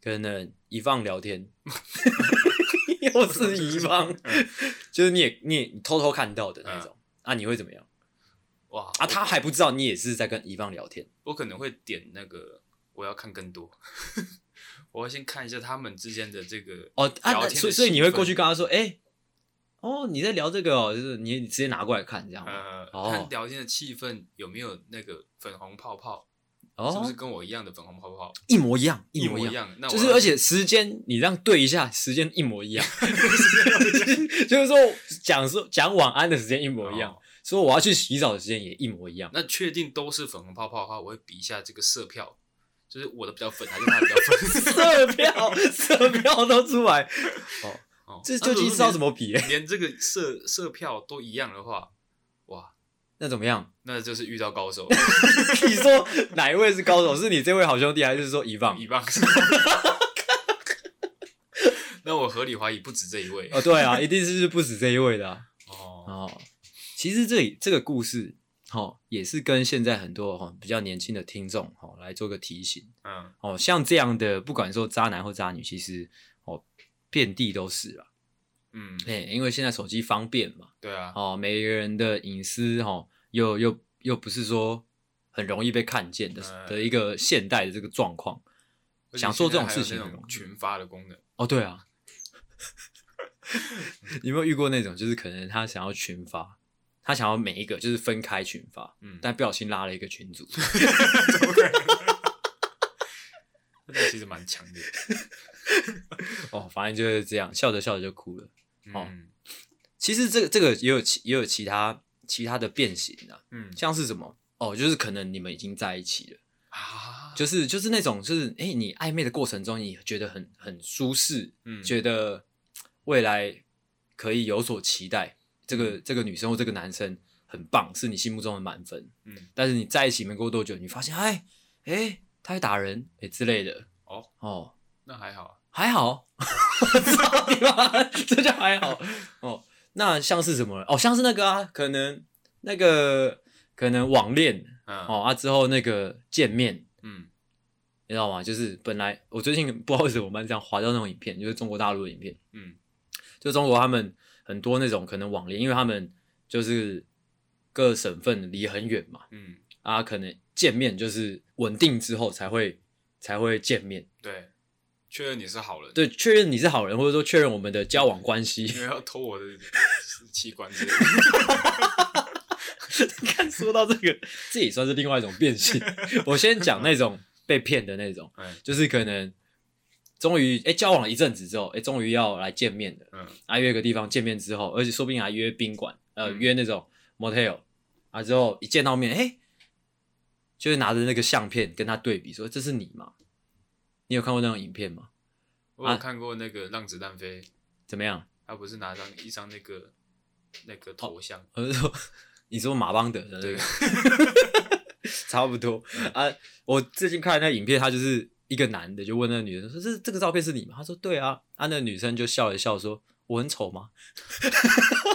Speaker 1: 可能乙方聊天， [LAUGHS] 又是乙
Speaker 2: [LAUGHS]
Speaker 1: 方，
Speaker 2: 嗯
Speaker 1: 就是你也你也你偷偷看到的那种，啊，你会怎么样？
Speaker 2: 哇
Speaker 1: 啊，他还不知道你也是在跟乙方聊天，
Speaker 2: 我可能会点那个，我要看更多， [LAUGHS] 我要先看一下他们之间的这个
Speaker 1: 哦，啊，
Speaker 2: 聊
Speaker 1: 那
Speaker 2: 天的
Speaker 1: 所以所以你会过去
Speaker 2: 气
Speaker 1: 跟他说，哎、哦，你在聊这个哦，就是你你直接拿过来看这样
Speaker 2: 氛，
Speaker 1: 吗，
Speaker 2: 呃，
Speaker 1: 哦
Speaker 2: 看聊天的气氛有没有那个粉红泡泡，
Speaker 1: 哦，
Speaker 2: 是不是跟我一样的粉红泡泡，
Speaker 1: 一模一样，
Speaker 2: 一
Speaker 1: 模
Speaker 2: 模
Speaker 1: 一
Speaker 2: 一，样？那我
Speaker 1: 就是
Speaker 2: 要
Speaker 1: 而且时间你让对一下，时间一模一
Speaker 2: [LAUGHS]
Speaker 1: 样， [LAUGHS] 就是说讲说讲晚安的时间一模一样，
Speaker 2: 哦
Speaker 1: 说我要去洗澡的时间也一模一
Speaker 2: [LAUGHS]
Speaker 1: 样，
Speaker 2: 那确定都是粉红泡泡的话，我会比一下这个色票，就是我的比较粉还是他的比
Speaker 1: [LAUGHS]
Speaker 2: 较粉。
Speaker 1: 色票色票都出来，
Speaker 2: 哦
Speaker 1: [LAUGHS] 这
Speaker 2: 那
Speaker 1: 究
Speaker 2: 如
Speaker 1: 竟
Speaker 2: 果
Speaker 1: 知道
Speaker 2: 连
Speaker 1: 怎么比、 [LAUGHS] 欸？
Speaker 2: 连这个色色票都一样的话，哇，
Speaker 1: 那怎么样？
Speaker 2: 那就是遇到高手，
Speaker 1: 你说哪一位是高手？是你这位好兄弟，还是说遗忘？[LAUGHS]
Speaker 2: 一棒。那我合理怀疑不止这一位
Speaker 1: 哦，对啊，一定是不止这一位的、啊。
Speaker 2: 哦。
Speaker 1: 哦，其实这里这个故事，哦，也是跟现在很多哦比较年轻的听众哦来做个提醒
Speaker 2: 嗯
Speaker 1: 哦，像这样的不管说渣男或渣女，其实哦遍地都是啦。
Speaker 2: 嗯，
Speaker 1: 哎、因为现在手机方便嘛，
Speaker 2: 对啊，
Speaker 1: 哦，每个人的隐私哦又又又不是说很容易被看见的
Speaker 2: 嗯
Speaker 1: 的一个现代的这个状况，
Speaker 2: 而且
Speaker 1: 哦想做这种
Speaker 2: 现在还有
Speaker 1: 事情
Speaker 2: 那
Speaker 1: 很容
Speaker 2: 种
Speaker 1: 易
Speaker 2: 群发的功能，
Speaker 1: 哦，对啊， [LAUGHS] 你有没有遇过那种，就是可能他想要群发，他想要每一个就是分开群发，
Speaker 2: 嗯，
Speaker 1: 但不小心拉了一个群组， [LAUGHS]
Speaker 2: 那个其实蛮强的。
Speaker 1: 哦，反正就是这样，笑着笑着就哭了。哦
Speaker 2: 嗯
Speaker 1: 其实这个这个也有其也有其他其他的变形啊，
Speaker 2: 嗯
Speaker 1: 像是什么哦，就是可能你们已经在一起了，
Speaker 2: 啊，
Speaker 1: 就是就是那种就是哎、诶你暧昧的过程中，你觉得很很舒适，
Speaker 2: 嗯
Speaker 1: 觉得未来可以有所期待，这个
Speaker 2: 嗯
Speaker 1: 这个女生或这个男生很棒，是你心目中的满分。
Speaker 2: 嗯
Speaker 1: 但是你在一起没过多久，你发现哎哎、他会打人哎、之类的
Speaker 2: 哦
Speaker 1: 哦，
Speaker 2: 那还好啊，
Speaker 1: 还好，操你妈，这就还好哦。那像是什么呢？哦，像是那个啊，可能那个可能网恋
Speaker 2: 嗯
Speaker 1: 哦啊之后那个见面，
Speaker 2: 嗯
Speaker 1: 你知道吗？就是本来我最近不知道为什么慢这样滑到那种影片，就是中国大陆的影片，
Speaker 2: 嗯
Speaker 1: 就中国他们很多那种可能网恋，因为他们就是各省份离很远嘛，
Speaker 2: 嗯，
Speaker 1: 啊，可能见面就是稳定之后才会才会见面，
Speaker 2: 对，确认你是好人，，
Speaker 1: 对，确认你是好人，或者说确认我们的交往关系
Speaker 2: 因。为要偷
Speaker 1: [LAUGHS]
Speaker 2: 我的器官之类的。
Speaker 1: [LAUGHS] 看，说到这个，这也算是另外一种变性。我先讲那种被骗的那种，
Speaker 2: 嗯
Speaker 1: 就是可能终于哎、诶交往了一阵子之后，哎、终于要来见面的，
Speaker 2: 嗯
Speaker 1: 啊约个地方见面之后，而且说不定还约宾馆，呃、
Speaker 2: 嗯
Speaker 1: 约那种 motel 啊，之后一见到面，哎、就是拿着那个相片跟他对比，说这是你吗？你有看过那种影片吗？
Speaker 2: 我有
Speaker 1: 啊
Speaker 2: 看过那个《让子弹飞》，
Speaker 1: 怎么样？
Speaker 2: 他不是拿张一张那个那
Speaker 1: 哦
Speaker 2: 个头像，
Speaker 1: 我是说， [LAUGHS] 你说马邦德的那
Speaker 2: 对
Speaker 1: 个，差不多啊。我最近看那影片，他就是一个男的就问那个女生说：“这这个照片是你吗？”他说：“对啊。”啊，那个女生就笑了笑说：“我很丑吗？”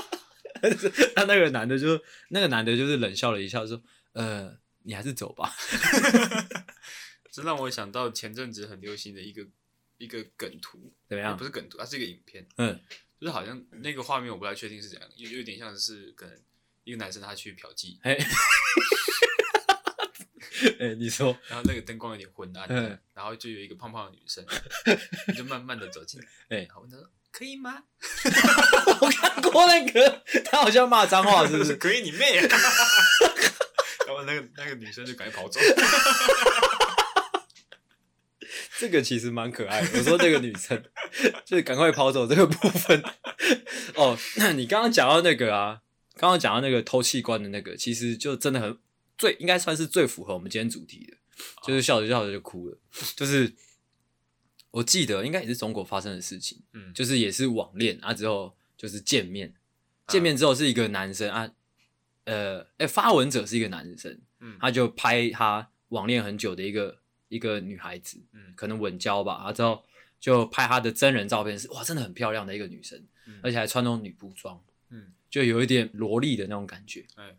Speaker 1: [LAUGHS] 那那个男的就那个男的就是冷笑了一下说：“呃，你还是走吧。
Speaker 2: 这让我想到前阵子很流行的一个一个梗图，”
Speaker 1: 怎么
Speaker 2: 也
Speaker 1: 样
Speaker 2: 不？是梗图，它是一个影片，
Speaker 1: 嗯，
Speaker 2: 就是好像那个画面我不太确定是怎样，有有点像是可能一个男生他去嫖妓，
Speaker 1: 哎，哎，你说 [LAUGHS]
Speaker 2: 然后那个灯光有点昏暗，
Speaker 1: 嗯 [LAUGHS]
Speaker 2: 然后就有一个胖胖的女生，你就慢慢的走进来，
Speaker 1: 哎
Speaker 2: 然后问她说：“可以吗？
Speaker 1: 我看过那个，他好像骂脏话，哦是不
Speaker 2: [LAUGHS] 就是
Speaker 1: 是？
Speaker 2: 可以你妹、啊！然后那个那个女生就赶快跑走。
Speaker 1: 这个其实蛮可爱的。我说这个女生，就是赶快跑走这个部分。哦，那你刚刚讲到那个啊，刚刚讲到那个偷器官的那个，其实就真的很最应该算是最符合我们今天主题的，就是笑着笑着就哭了。就是我记得应该也是中国发生的事情，
Speaker 2: 嗯，
Speaker 1: 就是也是网恋啊，之后就是见面，见面之后是一个男生啊，呃，哎、发文者是一个男生，
Speaker 2: 嗯
Speaker 1: 他就拍他网恋很久的一个一个女孩子，
Speaker 2: 嗯
Speaker 1: 可能稳交吧，然后之后就拍她的真人照片是，哇，真的很漂亮的一个女生，
Speaker 2: 嗯
Speaker 1: 而且还穿那种女仆装，
Speaker 2: 嗯，
Speaker 1: 就有一点萝莉的那种感觉。
Speaker 2: 哎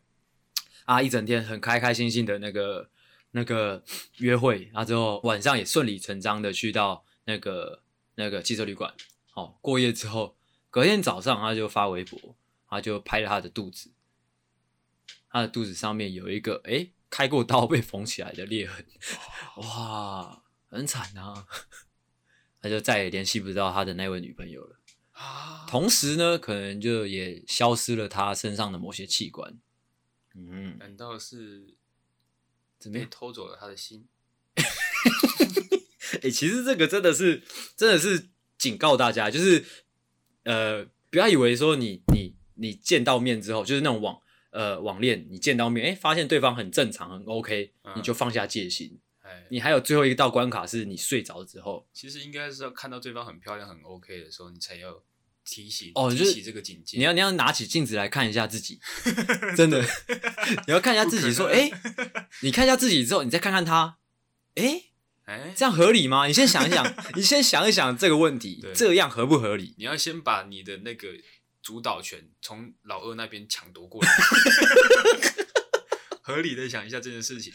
Speaker 1: 啊，一整天很开开心心的那个那个约会，啊之后晚上也顺理成章的去到那个那个汽车旅馆，哦，过夜之后，隔天早上他就发微博，他就拍了他的肚子，他的肚子上面有一个诶、开过刀被缝起来的裂痕，哇，很惨啊！他就再也联系不到他的那位女朋友了。
Speaker 2: 啊，
Speaker 1: 同时呢，可能就也消失了他身上的某些器官。嗯，
Speaker 2: 难道是
Speaker 1: 怎么
Speaker 2: 被
Speaker 1: 样？
Speaker 2: 偷走了他的心？
Speaker 1: 哎、其实这个真的是，真的是警告大家，就是呃，不要以为说你你你见到面之后，就是那种网呃网恋，你见到面，哎、发现对方很正常，很 OK，
Speaker 2: 嗯
Speaker 1: 你就放下戒心。
Speaker 2: 哎，
Speaker 1: 你还有最后一道关卡是你睡着之后，
Speaker 2: 其实应该是要看到对方很漂亮、很 OK 的时候，你才要提醒
Speaker 1: 哦
Speaker 2: 提
Speaker 1: 就是
Speaker 2: 起这个警戒。
Speaker 1: 你要你要拿起镜子来看一下自
Speaker 2: [LAUGHS]
Speaker 1: 己，真的，你要看一下自己，说，
Speaker 2: 不可
Speaker 1: 哎、你看一下自己之后，你再看看他，哎、
Speaker 2: 哎，
Speaker 1: 这样合理吗？你先想一想，你先想一想这个问题
Speaker 2: 对，
Speaker 1: 这样合不合理？
Speaker 2: 你要先把你的那个主导权从老二那边抢
Speaker 1: [LAUGHS]
Speaker 2: 夺过来，合理的想一下这件事情。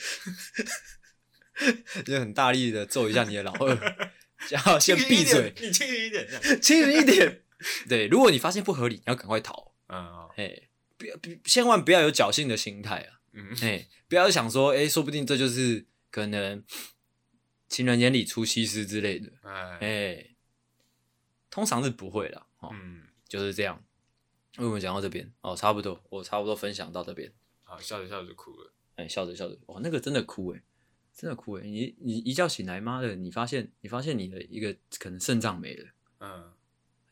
Speaker 1: 就很大力的揍一下你的老
Speaker 2: [LAUGHS]
Speaker 1: 二， [LAUGHS] 然后先
Speaker 2: 轻盈
Speaker 1: 闭
Speaker 2: 一点
Speaker 1: 嘴，
Speaker 2: 你轻盈一点。这样
Speaker 1: 轻盈一点。对，如果你发现不合理，你要赶快逃。
Speaker 2: 嗯哦
Speaker 1: 哎，不要，不千万不要有侥幸的心态啊！
Speaker 2: 嗯，
Speaker 1: 哎，不要想说，哎，说不定这就是可能情人眼里出西施之类的。
Speaker 2: 哎，
Speaker 1: 哎，通常是不会啦。哦，
Speaker 2: 嗯，
Speaker 1: 就是这样。为什么讲到这边？哦，差不多，我差不多分享到这边。
Speaker 2: 好，笑着笑着就哭了。
Speaker 1: 哎、笑着笑着，哇，那个真的哭哎、真的哭哎、你你一觉醒来，妈的，你发现你发现你的一个可能肾脏没了，
Speaker 2: 嗯，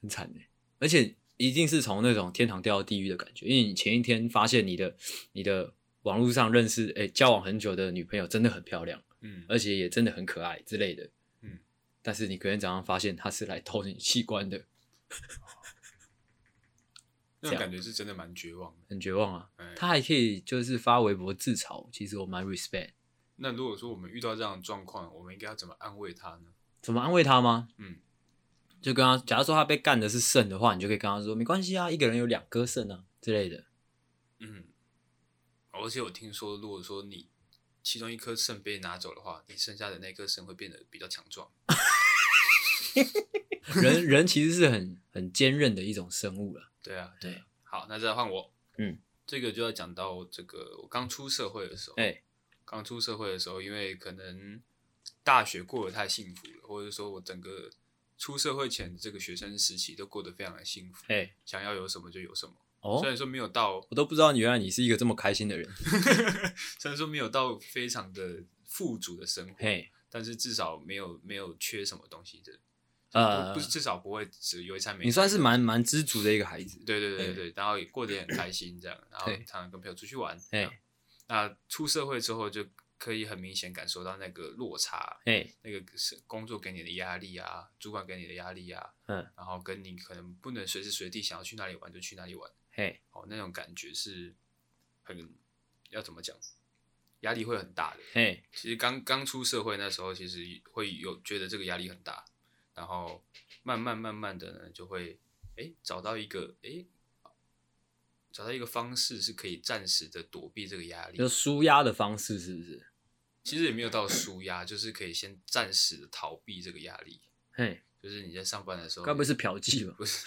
Speaker 1: 很惨哎、而且一定是从那种天堂掉到地狱的感觉，因为你前一天发现你的你的网络上认识哎、交往很久的女朋友真的很漂亮，
Speaker 2: 嗯，
Speaker 1: 而且也真的很可爱之类的，
Speaker 2: 嗯，
Speaker 1: 但是你隔天早上发现她是来偷你器官的， [LAUGHS]
Speaker 2: 那
Speaker 1: 这样
Speaker 2: 种感觉是真的蛮绝望的。
Speaker 1: 很绝望啊。
Speaker 2: 哎，
Speaker 1: 她还可以就是发微博自嘲，其实我蛮 respect，
Speaker 2: 那如果说我们遇到这样的状况，我们应该要怎么安慰他呢？
Speaker 1: 怎么安慰她吗？
Speaker 2: 嗯，
Speaker 1: 就跟他，假如说他被干的是肾的话，你就可以跟他说没关系啊，一个人有两颗肾啊之类
Speaker 2: [LAUGHS]
Speaker 1: 的。
Speaker 2: 嗯，而且我听说，如果说你其中一颗肾被拿走的话，你剩下的那颗肾会变得比较强壮。
Speaker 1: 人人其实是很很坚韧的一种生物了。
Speaker 2: 对啊，
Speaker 1: 对
Speaker 2: 啊。好，那再换我。
Speaker 1: 嗯，
Speaker 2: 这个就要讲到这个我刚出社会的时候。
Speaker 1: 哎、
Speaker 2: 刚出社会的时候，因为可能大学过得太幸福了，或者说我整个出社会前的这个学生时期都过得非常的幸福，
Speaker 1: 哎、
Speaker 2: 想要有什么就有什么。
Speaker 1: 哦
Speaker 2: 虽，然说没有到，
Speaker 1: 我都不知道你原来你是一个这么开心
Speaker 2: [LAUGHS]
Speaker 1: 的人。
Speaker 2: 虽然说没有到非常的富足的生活，
Speaker 1: 嘿，
Speaker 2: 但是至少没有没有缺什么东西的，
Speaker 1: 呃
Speaker 2: 不不是至少不会只有一餐没。
Speaker 1: 你算是蛮蛮知足的一个孩子。
Speaker 2: 对对对
Speaker 1: 哎
Speaker 2: 对对，然后也过得也很开心这样，然后
Speaker 1: 对
Speaker 2: 常常跟朋友出去玩。
Speaker 1: 哎
Speaker 2: 这样那出社会之后就可以很明显感受到那个落差，
Speaker 1: 哎、
Speaker 2: 那个是工作给你的压力啊，主管给你的压力啊，
Speaker 1: 嗯，
Speaker 2: 然后跟你可能不能随时随地想要去哪里玩就去哪里玩，
Speaker 1: 嘿，
Speaker 2: 哦，那种感觉是很要怎么讲，压力会很大的。
Speaker 1: 嘿，
Speaker 2: 其实刚刚出社会那时候，其实会有觉得这个压力很大，然后慢慢慢慢的呢，就会哎找到一个哎找到一个方式是可以暂时的躲避这个压力
Speaker 1: 就，舒压的方式是不是？
Speaker 2: 其实也没有到舒压，就是可以先暂时的逃避这个压力。
Speaker 1: 嘿，
Speaker 2: 就是你在上班的时候，
Speaker 1: 该不会是嫖妓吧？
Speaker 2: [LAUGHS] 不是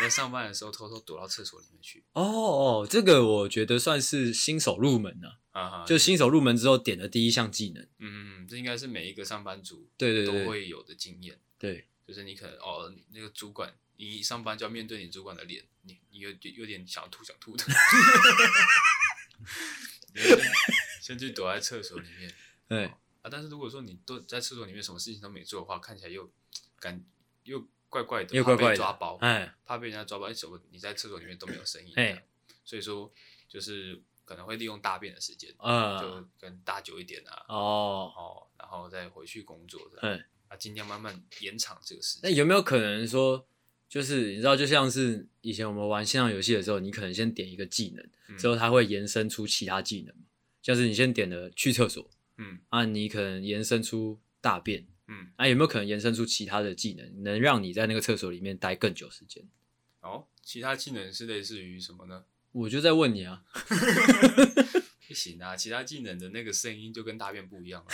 Speaker 2: 你在上班的时候偷偷躲到厕所里面去
Speaker 1: 哦哦，这个我觉得算是新手入门了、
Speaker 2: 啊哈？
Speaker 1: 就新手入门之后点的第一项技能。
Speaker 2: 嗯，嗯这应该是每一个上班族
Speaker 1: 对对
Speaker 2: 都
Speaker 1: 对
Speaker 2: 会有的经验，
Speaker 1: 对，
Speaker 2: 就是你可能哦，那个主管你一上班就要面对你主管的脸，你你有点有点想吐想吐的， [LAUGHS] 你就先先去躲在厕所里面
Speaker 1: 对，
Speaker 2: 啊。但是如果说你都在厕所里面什么事情都没做的话，看起来又感又怪怪的，
Speaker 1: 又怪
Speaker 2: 怕
Speaker 1: 怪的
Speaker 2: 被抓包，
Speaker 1: 哎，
Speaker 2: 怕被人家抓包。哎，怎么你在厕所里面都没有声音？啊
Speaker 1: 哎
Speaker 2: 所以说就是可能会利用大便的时间，
Speaker 1: 呃，
Speaker 2: 就跟大久一点啊，
Speaker 1: 哦，
Speaker 2: 哦，然后再回去工作这样。
Speaker 1: 嗯，
Speaker 2: 啊，尽量慢慢延长这个时
Speaker 1: 那
Speaker 2: 间。
Speaker 1: 有没有可能说，就是你知道，就像是以前我们玩线上游戏的时候，你可能先点一个技能，
Speaker 2: 嗯
Speaker 1: 之后它会延伸出其他技能嘛，像是你先点了去厕所
Speaker 2: 嗯
Speaker 1: 啊，你可能延伸出大便，
Speaker 2: 嗯，
Speaker 1: 啊，有没有可能延伸出其他的技能，能让你在那个厕所里面待更久时间？
Speaker 2: 哦，其他技能是类似于什么呢？
Speaker 1: 我就在问你啊，
Speaker 2: 不行啊，其他技能的那个声音就跟大便不一样 [LAUGHS] 了，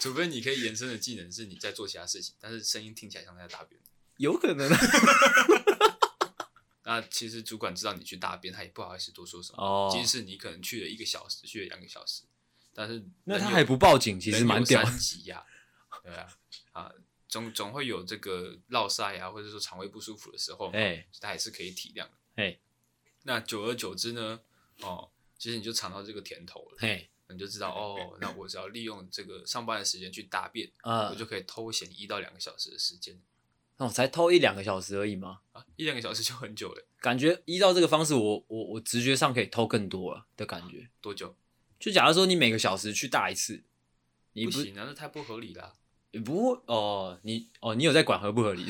Speaker 2: 除非你可以延伸的技能是你在做其他事情，但是声音听起来像在大便。
Speaker 1: 有可能啊，
Speaker 2: 那其实主管知道你去大便，他也不好意思多说什么。 [LAUGHS]
Speaker 1: 哦
Speaker 2: 即使你可能去了一个小时，去了两个小时，但是
Speaker 1: 那
Speaker 2: 人
Speaker 1: 他
Speaker 2: 有
Speaker 1: 还不报警，其实
Speaker 2: 人
Speaker 1: 蛮
Speaker 2: 有
Speaker 1: 屌的
Speaker 2: 三级呀、对啊，啊，总总会有这个落塞啊，或者说肠胃不舒服的时候，
Speaker 1: 哎、
Speaker 2: 他也是可以体谅的。
Speaker 1: 哎
Speaker 2: 那久而久之呢，哦，其实你就尝到这个甜头了，
Speaker 1: 嘿，
Speaker 2: 你就知道哦，那我只要利用这个上班的时间去大便，
Speaker 1: 呃
Speaker 2: 我，就可以偷闲一到两个小时的时间
Speaker 1: 那我才偷一两个小时而已嘛，
Speaker 2: 啊，一两个小时就很久了，
Speaker 1: 感觉依照这个方式，我我我直觉上可以偷更多了的感觉。
Speaker 2: 多久？
Speaker 1: 就假如说你每个小时去大一次，你
Speaker 2: 不
Speaker 1: 不
Speaker 2: 行啊，那太不合理啦。
Speaker 1: 你不会哦，你哦，你有在管合不合理？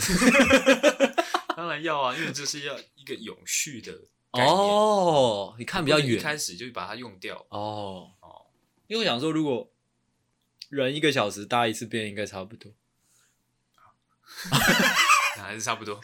Speaker 2: 当然要啊，因为这是要一个永续的 [LAUGHS] 概念，
Speaker 1: 哦，你看比较
Speaker 2: 不能一开
Speaker 1: 远
Speaker 2: 始就把它用掉。
Speaker 1: 哦
Speaker 2: 哦
Speaker 1: 因为我想说，如果人一个小时大一次便，应该差不多
Speaker 2: 还是差不多
Speaker 1: [LAUGHS]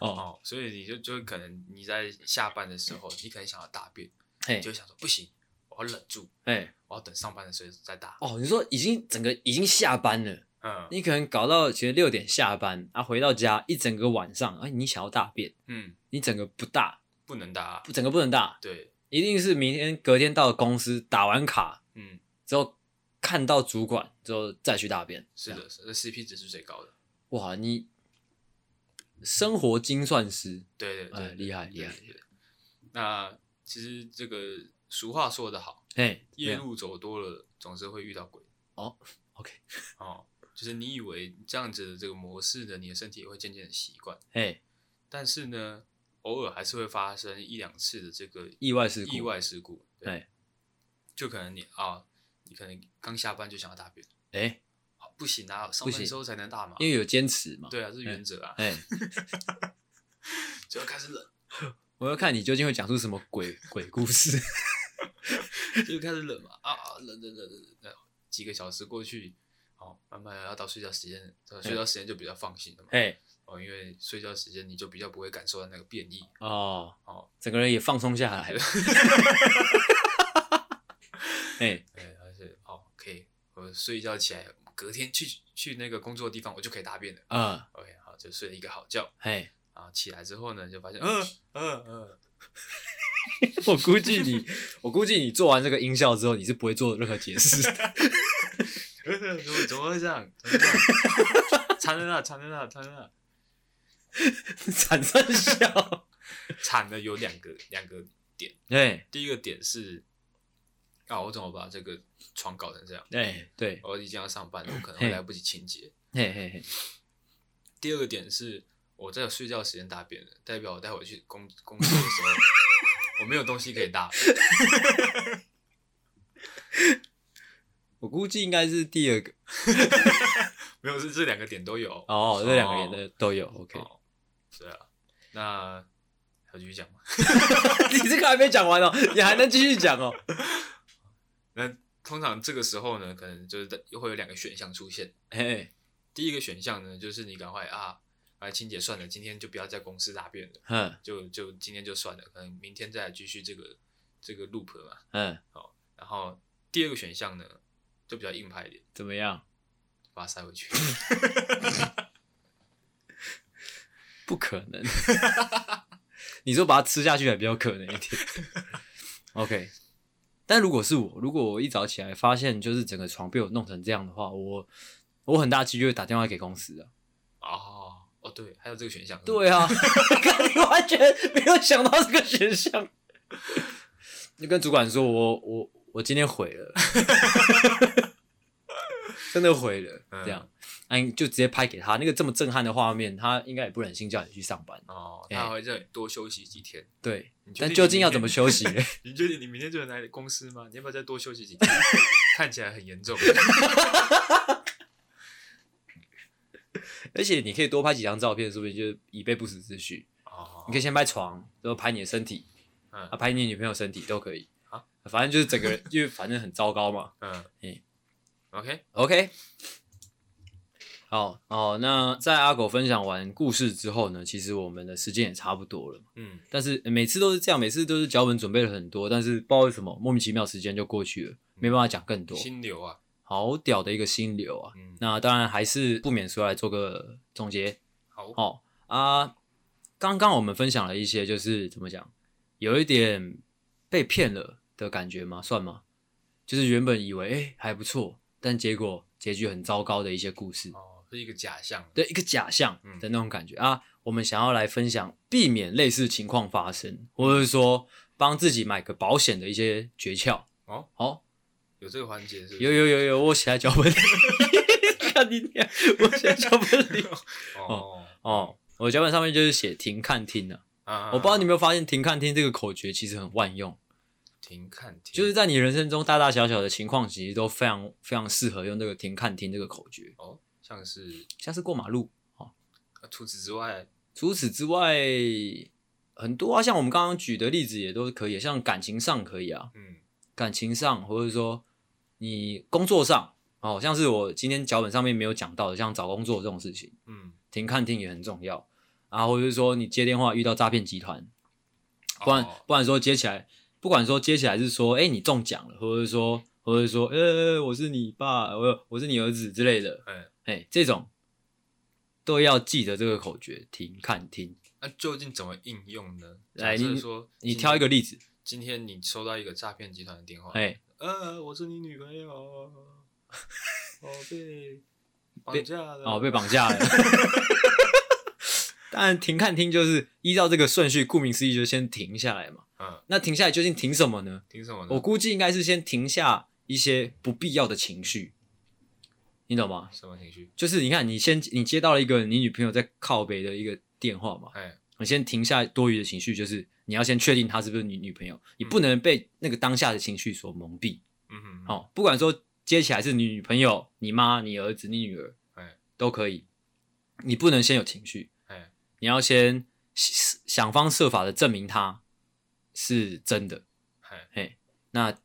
Speaker 1: 哦。
Speaker 2: 哦，所以你就就可能你在下班的时候，你可能想要大便，
Speaker 1: 嘿
Speaker 2: 你就会想说不行，我要忍住，
Speaker 1: 嘿，
Speaker 2: 我要等上班的时候再大。
Speaker 1: 哦，你说已经整个已经下班了，
Speaker 2: 嗯
Speaker 1: 你可能搞到其实六点下班啊，回到家一整个晚上，哎，你想要大便，
Speaker 2: 嗯，
Speaker 1: 你整个不大，
Speaker 2: 不能大、啊，
Speaker 1: 不整个不能大，
Speaker 2: 对，
Speaker 1: 一定是明天隔天到公司打完卡
Speaker 2: 嗯，
Speaker 1: 之后看到主管之后再去大便。
Speaker 2: 是的，是的 CP 值是最高的。
Speaker 1: 哇，你生活精算师，
Speaker 2: 对对对
Speaker 1: 哎，厉害
Speaker 2: 对
Speaker 1: 厉害。
Speaker 2: 对对那其实这个俗话说得好，
Speaker 1: 嘿，
Speaker 2: 夜
Speaker 1: 没有
Speaker 2: 路走多了，总是会遇到鬼。
Speaker 1: ，OK，
Speaker 2: 哦，就是你以为这样子的这个模式呢，你的身体也会渐渐的习惯，
Speaker 1: 嘿，
Speaker 2: 但是呢，偶尔还是会发生一两次的这个
Speaker 1: 意外事故，
Speaker 2: 意，外事故，对，
Speaker 1: 哎
Speaker 2: 就可能你啊，你可能刚下班就想要大便，
Speaker 1: 哎，
Speaker 2: 好不行啊，上
Speaker 1: 不
Speaker 2: 班
Speaker 1: 行
Speaker 2: 之后才能大嘛，
Speaker 1: 因为有坚持嘛，
Speaker 2: 对啊，这是原则啊，
Speaker 1: 哎，
Speaker 2: 就要开始冷，
Speaker 1: 我要看你究竟会讲出什么鬼鬼故事。
Speaker 2: 就开始冷嘛，啊，啊冷冷冷冷冷，几个小时过去，好，慢慢要到睡觉时间了，到睡觉时间就比较放心了嘛，
Speaker 1: 嘿，
Speaker 2: 哦，因为睡觉时间你就比较不会感受到那个变异，
Speaker 1: 哦，
Speaker 2: 哦，
Speaker 1: 整个人也放松下来了。哎，
Speaker 2: 对，而且哦，可以，我睡一觉起来，隔天去去那个工作的地方，我就可以大便了
Speaker 1: 呃，
Speaker 2: ，OK，好，就睡了一个好觉。
Speaker 1: 嘿，
Speaker 2: 然后起来之后呢，就发现，嗯嗯嗯，
Speaker 1: 我估计你，我估计你做完这个音效之后，你是不会做任何解释的。 [LAUGHS]
Speaker 2: 呃怎么怎么会这样？怎么会这样？惨了啦，惨了啦，惨了啦！
Speaker 1: 产生笑。
Speaker 2: 惨的有两个两个点，
Speaker 1: 对
Speaker 2: 第一个点是，啊，我怎么把这个床搞成这样？
Speaker 1: 对哎对，
Speaker 2: 我已经要上班了，我可能会来不及清洁。
Speaker 1: 嘿嘿嘿，
Speaker 2: 第二个点是，我在睡觉时间大便了，代表我待会去工工作的时候，我没有东西可以大。
Speaker 1: 我估计应该是第二个
Speaker 2: 没有，是这两个点都有。
Speaker 1: 哦，这两个也都都有。OK，
Speaker 2: 哦对啊，那还要继续讲吗？
Speaker 1: [LAUGHS]
Speaker 2: [LAUGHS]
Speaker 1: 你这个还没讲完哦，你还能继续讲哦。 [LAUGHS]
Speaker 2: 那通常这个时候呢，可能就是又会有两个选项出现。
Speaker 1: 嘿，
Speaker 2: 第一个选项呢，就是你赶快啊，哎，清姐算了，今天就不要在公司大便了，
Speaker 1: 嗯
Speaker 2: 就就今天就算了，可能明天再来继续这个这个 loop 嘛。
Speaker 1: 嗯，
Speaker 2: 然后第二个选项呢，就比较硬派一点，
Speaker 1: 怎么样？
Speaker 2: 把它塞
Speaker 1: [LAUGHS]
Speaker 2: 回去。
Speaker 1: 不可能。 [LAUGHS] 你说把它吃下去还比较可能一点。OK，但如果是我，如果我一早起来发现就是整个床被我弄成这样的话，我我很大几率会打电话给公司的。
Speaker 2: 哦哦，对，还有这个选项。，
Speaker 1: 对啊， [LAUGHS] 你完全没有想到这个选项。就跟主管说，我我我今天毁了， [LAUGHS] 真的毁了，
Speaker 2: 嗯
Speaker 1: 这样，那、你就直接拍给他那个这么震撼的画面，他应该也不忍心叫你去上班。
Speaker 2: 哦，
Speaker 1: 哎
Speaker 2: 他会再多休息几天。
Speaker 1: 对
Speaker 2: 你，确定
Speaker 1: 但
Speaker 2: 你
Speaker 1: 究竟要
Speaker 2: 明
Speaker 1: 怎么
Speaker 2: 天
Speaker 1: 休
Speaker 2: [LAUGHS]
Speaker 1: 息呢？
Speaker 2: 你确定你明天就能来公司吗？你要不要再多休息几
Speaker 1: [LAUGHS]
Speaker 2: 天？看起来很严重。
Speaker 1: 而且你可以多拍几张照片，说不定就是以备不时之需。
Speaker 2: 哦
Speaker 1: 你可以先拍床，然后拍你的身体，
Speaker 2: 嗯
Speaker 1: 啊，拍你女朋友身体都可以。
Speaker 2: 啊，
Speaker 1: 反正就是整个人， [LAUGHS] 因为反正很糟糕嘛。
Speaker 2: 嗯
Speaker 1: 哎
Speaker 2: OK，
Speaker 1: OK，好哦，那在阿狗分享完故事之后呢，其实我们的时间也差不多了。
Speaker 2: 嗯，
Speaker 1: 但是呃每次都是这样，每次都是脚本准备了很多，但是不知道为什么莫名其妙时间就过去了，没办法讲更多。
Speaker 2: 心流啊，
Speaker 1: 好屌的一个心流啊！
Speaker 2: 嗯，
Speaker 1: 那当然还是不免说来做个总结。
Speaker 2: 好，
Speaker 1: 哦啊，刚刚我们分享了一些，就是怎么讲，有一点被骗了的感觉吗？算吗？就是原本以为哎、诶还不错，但结果结局很糟糕的一些故事
Speaker 2: 哦，是一个假象。
Speaker 1: 的一个假象
Speaker 2: 嗯
Speaker 1: 的那种感觉、啊。我们想要来分享避免类似情况发生，或者是说帮自己买个保险的一些诀窍。
Speaker 2: 哦，
Speaker 1: 好、哦，
Speaker 2: 有这个环节是不是
Speaker 1: 有有有有，我写在脚本里， [LAUGHS] 看你娘，我写在脚本里。
Speaker 2: [LAUGHS] 哦，
Speaker 1: 哦，我脚本上面就是写停看听啊。
Speaker 2: 啊嗯
Speaker 1: 我不知道你有没有发现“停看听”这个口诀其实很万用，
Speaker 2: 停看停，
Speaker 1: 就是在你人生中大大小小的情况，其实都非常非常适合用这个“停看听”这个口诀，
Speaker 2: 哦，像是
Speaker 1: 像是过马路。
Speaker 2: 呃除此之外，
Speaker 1: 除此之外，很多啊，像我们刚刚举的例子也都可以，像感情上可以啊，
Speaker 2: 嗯
Speaker 1: 感情上或者说你工作上，哦，像是我今天脚本上面没有讲到的，像找工作这种事情，
Speaker 2: 嗯，
Speaker 1: 停看听也很重要啊，或者是说你接电话遇到诈骗集团，不然
Speaker 2: 哦
Speaker 1: 不然说接起来，不管说接起来是说，哎、你中奖了，或者说，或者说，呃、我是你爸，我我是你儿子之类的，
Speaker 2: 哎，
Speaker 1: 哎、这种都要记得这个口诀，听看听。
Speaker 2: 那究竟怎么应用呢？
Speaker 1: 来
Speaker 2: 假设
Speaker 1: 你
Speaker 2: 说
Speaker 1: 你
Speaker 2: 今
Speaker 1: 挑一
Speaker 2: 天
Speaker 1: 个，例子，
Speaker 2: 今天你收到一个诈骗集团的电话，
Speaker 1: 哎、，
Speaker 2: 呃，我是你女朋友， [LAUGHS] 我被绑架了，
Speaker 1: 哦，被绑架了。当然，停看听就是依照这个顺序，顾名思义就先停下来嘛。
Speaker 2: 嗯，
Speaker 1: 那停下来究竟停什么呢？
Speaker 2: 听什么呢？
Speaker 1: 我估计应该是先停下一些不必要的情绪，你懂吗？
Speaker 2: 什么情绪？
Speaker 1: 就是你看，你先你接到了一个你女朋友在靠北的一个电话嘛，
Speaker 2: 哎，
Speaker 1: 你先停下多余的情绪，就是你要先确定她是不是你女朋友，你不能被那个当下的情绪所蒙蔽。
Speaker 2: 嗯哼，
Speaker 1: 哦，不管说接起来是你女朋友、你妈、你儿子、你女儿
Speaker 2: 哎，
Speaker 1: 都可以，你不能先有情绪，
Speaker 2: 哎，
Speaker 1: 你要先想想方设法的证明她是真的。
Speaker 2: 哎，
Speaker 1: 嘿，那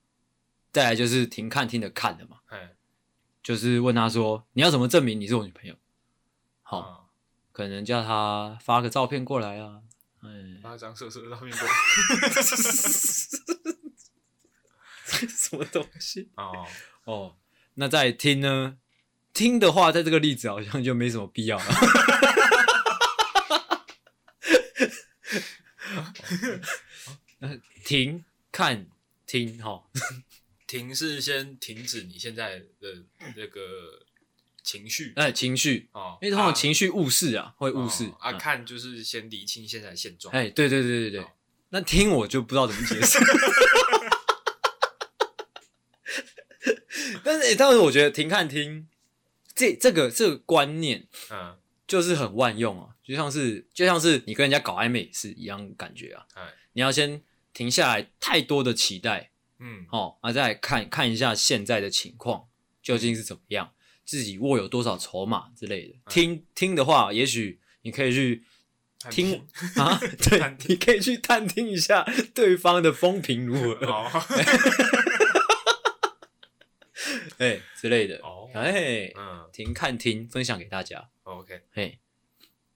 Speaker 1: 再来就是停看听的看了嘛，
Speaker 2: 哎，
Speaker 1: 就是问她说你要怎么证明你是我女朋友？好、
Speaker 2: 啊，
Speaker 1: 可能叫他发个照片过来啊，哎，
Speaker 2: 嗯八张色色的照片过来
Speaker 1: 什么东西？
Speaker 2: 哦，
Speaker 1: 哦，那再听呢？听的话，在这个例子好像就没什么必要了。 [LAUGHS] 停，看，听，哈、
Speaker 2: 停是先停止你现在的那个情绪
Speaker 1: 哎，情绪，
Speaker 2: 哦，
Speaker 1: 因为通常
Speaker 2: 啊
Speaker 1: 情绪误事啊，会误事
Speaker 2: 哦啊，
Speaker 1: 嗯
Speaker 2: 看就是先厘清现在的现状。
Speaker 1: 哎，对对对对对
Speaker 2: 好，
Speaker 1: 那听我就不知道怎么解释。 [LAUGHS] 但是，哎但是我觉得停看听这这个这个观念
Speaker 2: 嗯，
Speaker 1: 就是很万用啊，就像是就像是你跟人家搞暧昧也是一样的感觉啊。
Speaker 2: 哎，
Speaker 1: 你要先停下来，太多的期待
Speaker 2: 嗯，
Speaker 1: 哦，啊，再来看看一下现在的情况究竟是怎么样，自己握有多少筹码之类的。听听的话，也许你可以去
Speaker 2: 看
Speaker 1: 听啊， [LAUGHS] 对
Speaker 2: 探，听
Speaker 1: 你可以去探听一下对方的风评如何，
Speaker 2: [LAUGHS] 哦，
Speaker 1: [LAUGHS] 哎、 [LAUGHS] 之类的，
Speaker 2: 哦
Speaker 1: 哎、
Speaker 2: 嗯
Speaker 1: 听看听分享给大家，
Speaker 2: ，OK，
Speaker 1: 嘿、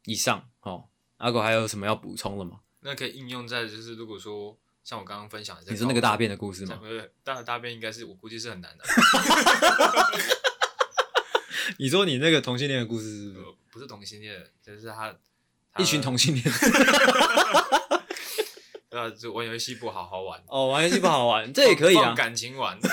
Speaker 1: 以上哦，阿狗还有什么要补充的吗？
Speaker 2: 那可以应用在就是如果说像我刚刚分享的在高，
Speaker 1: 你说那个大便的故事吗？
Speaker 2: 不是大呃大便应该是我估计是
Speaker 1: [LAUGHS]
Speaker 2: 很难的，
Speaker 1: 你说你那个同性恋的故事是不是？
Speaker 2: 呃不是同性恋，就是他
Speaker 1: 一群同性恋
Speaker 2: 呃，就玩游戏不好好玩，
Speaker 1: [LAUGHS] 哦，玩游戏不好 [LAUGHS] 玩，这也可以
Speaker 2: 放
Speaker 1: 啊。
Speaker 2: 感情玩， [LAUGHS]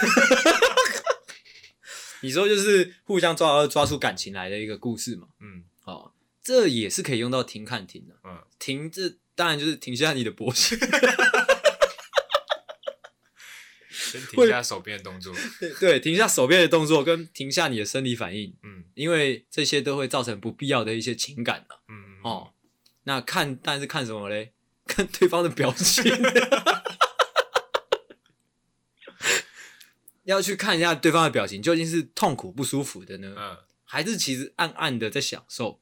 Speaker 1: 你说就是互相抓抓出感情来的一个故事嘛？
Speaker 2: 嗯，
Speaker 1: 哦，这也是可以用到停看停的、
Speaker 2: 嗯，
Speaker 1: 停这当然就是停下你的脖子， [LAUGHS]
Speaker 2: 先停一下手边的动作，
Speaker 1: 对，停下手边的动作跟停下你的生理反应，
Speaker 2: 嗯
Speaker 1: 因为这些都会造成不必要的一些情感啊。
Speaker 2: 嗯，
Speaker 1: 哦，那看但是看什么嘞？ [LAUGHS] 看对方的表情， [LAUGHS] 要去看一下对方的表情究竟是痛苦不舒服的呢，
Speaker 2: 嗯，
Speaker 1: 还是其实暗暗的在享受？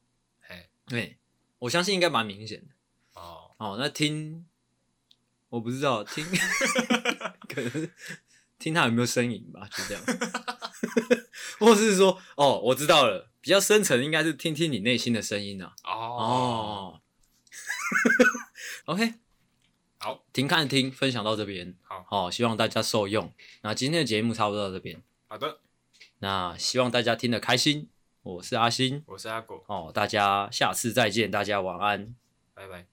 Speaker 1: 哎
Speaker 2: 嘿，
Speaker 1: 对，我相信应该蛮明显的。
Speaker 2: 哦，
Speaker 1: 哦，那听，我不知道
Speaker 2: [LAUGHS]
Speaker 1: 听，可能听他有没有呻吟吧，就这样， [LAUGHS] 或是说，哦，我知道了，比较深层应该是听听你内心的声音啊。
Speaker 2: 哦，
Speaker 1: 哦 [LAUGHS] ，OK，
Speaker 2: [LAUGHS] 好，
Speaker 1: 停看听，分享到这边，
Speaker 2: 好，
Speaker 1: 好、希望大家受用。那今天的节目差不多到这边，
Speaker 2: 好的，
Speaker 1: 那希望大家听得开心，我是阿星，
Speaker 2: 我是阿果，
Speaker 1: 哦，大家下次再见，大家晚安。
Speaker 2: 拜拜。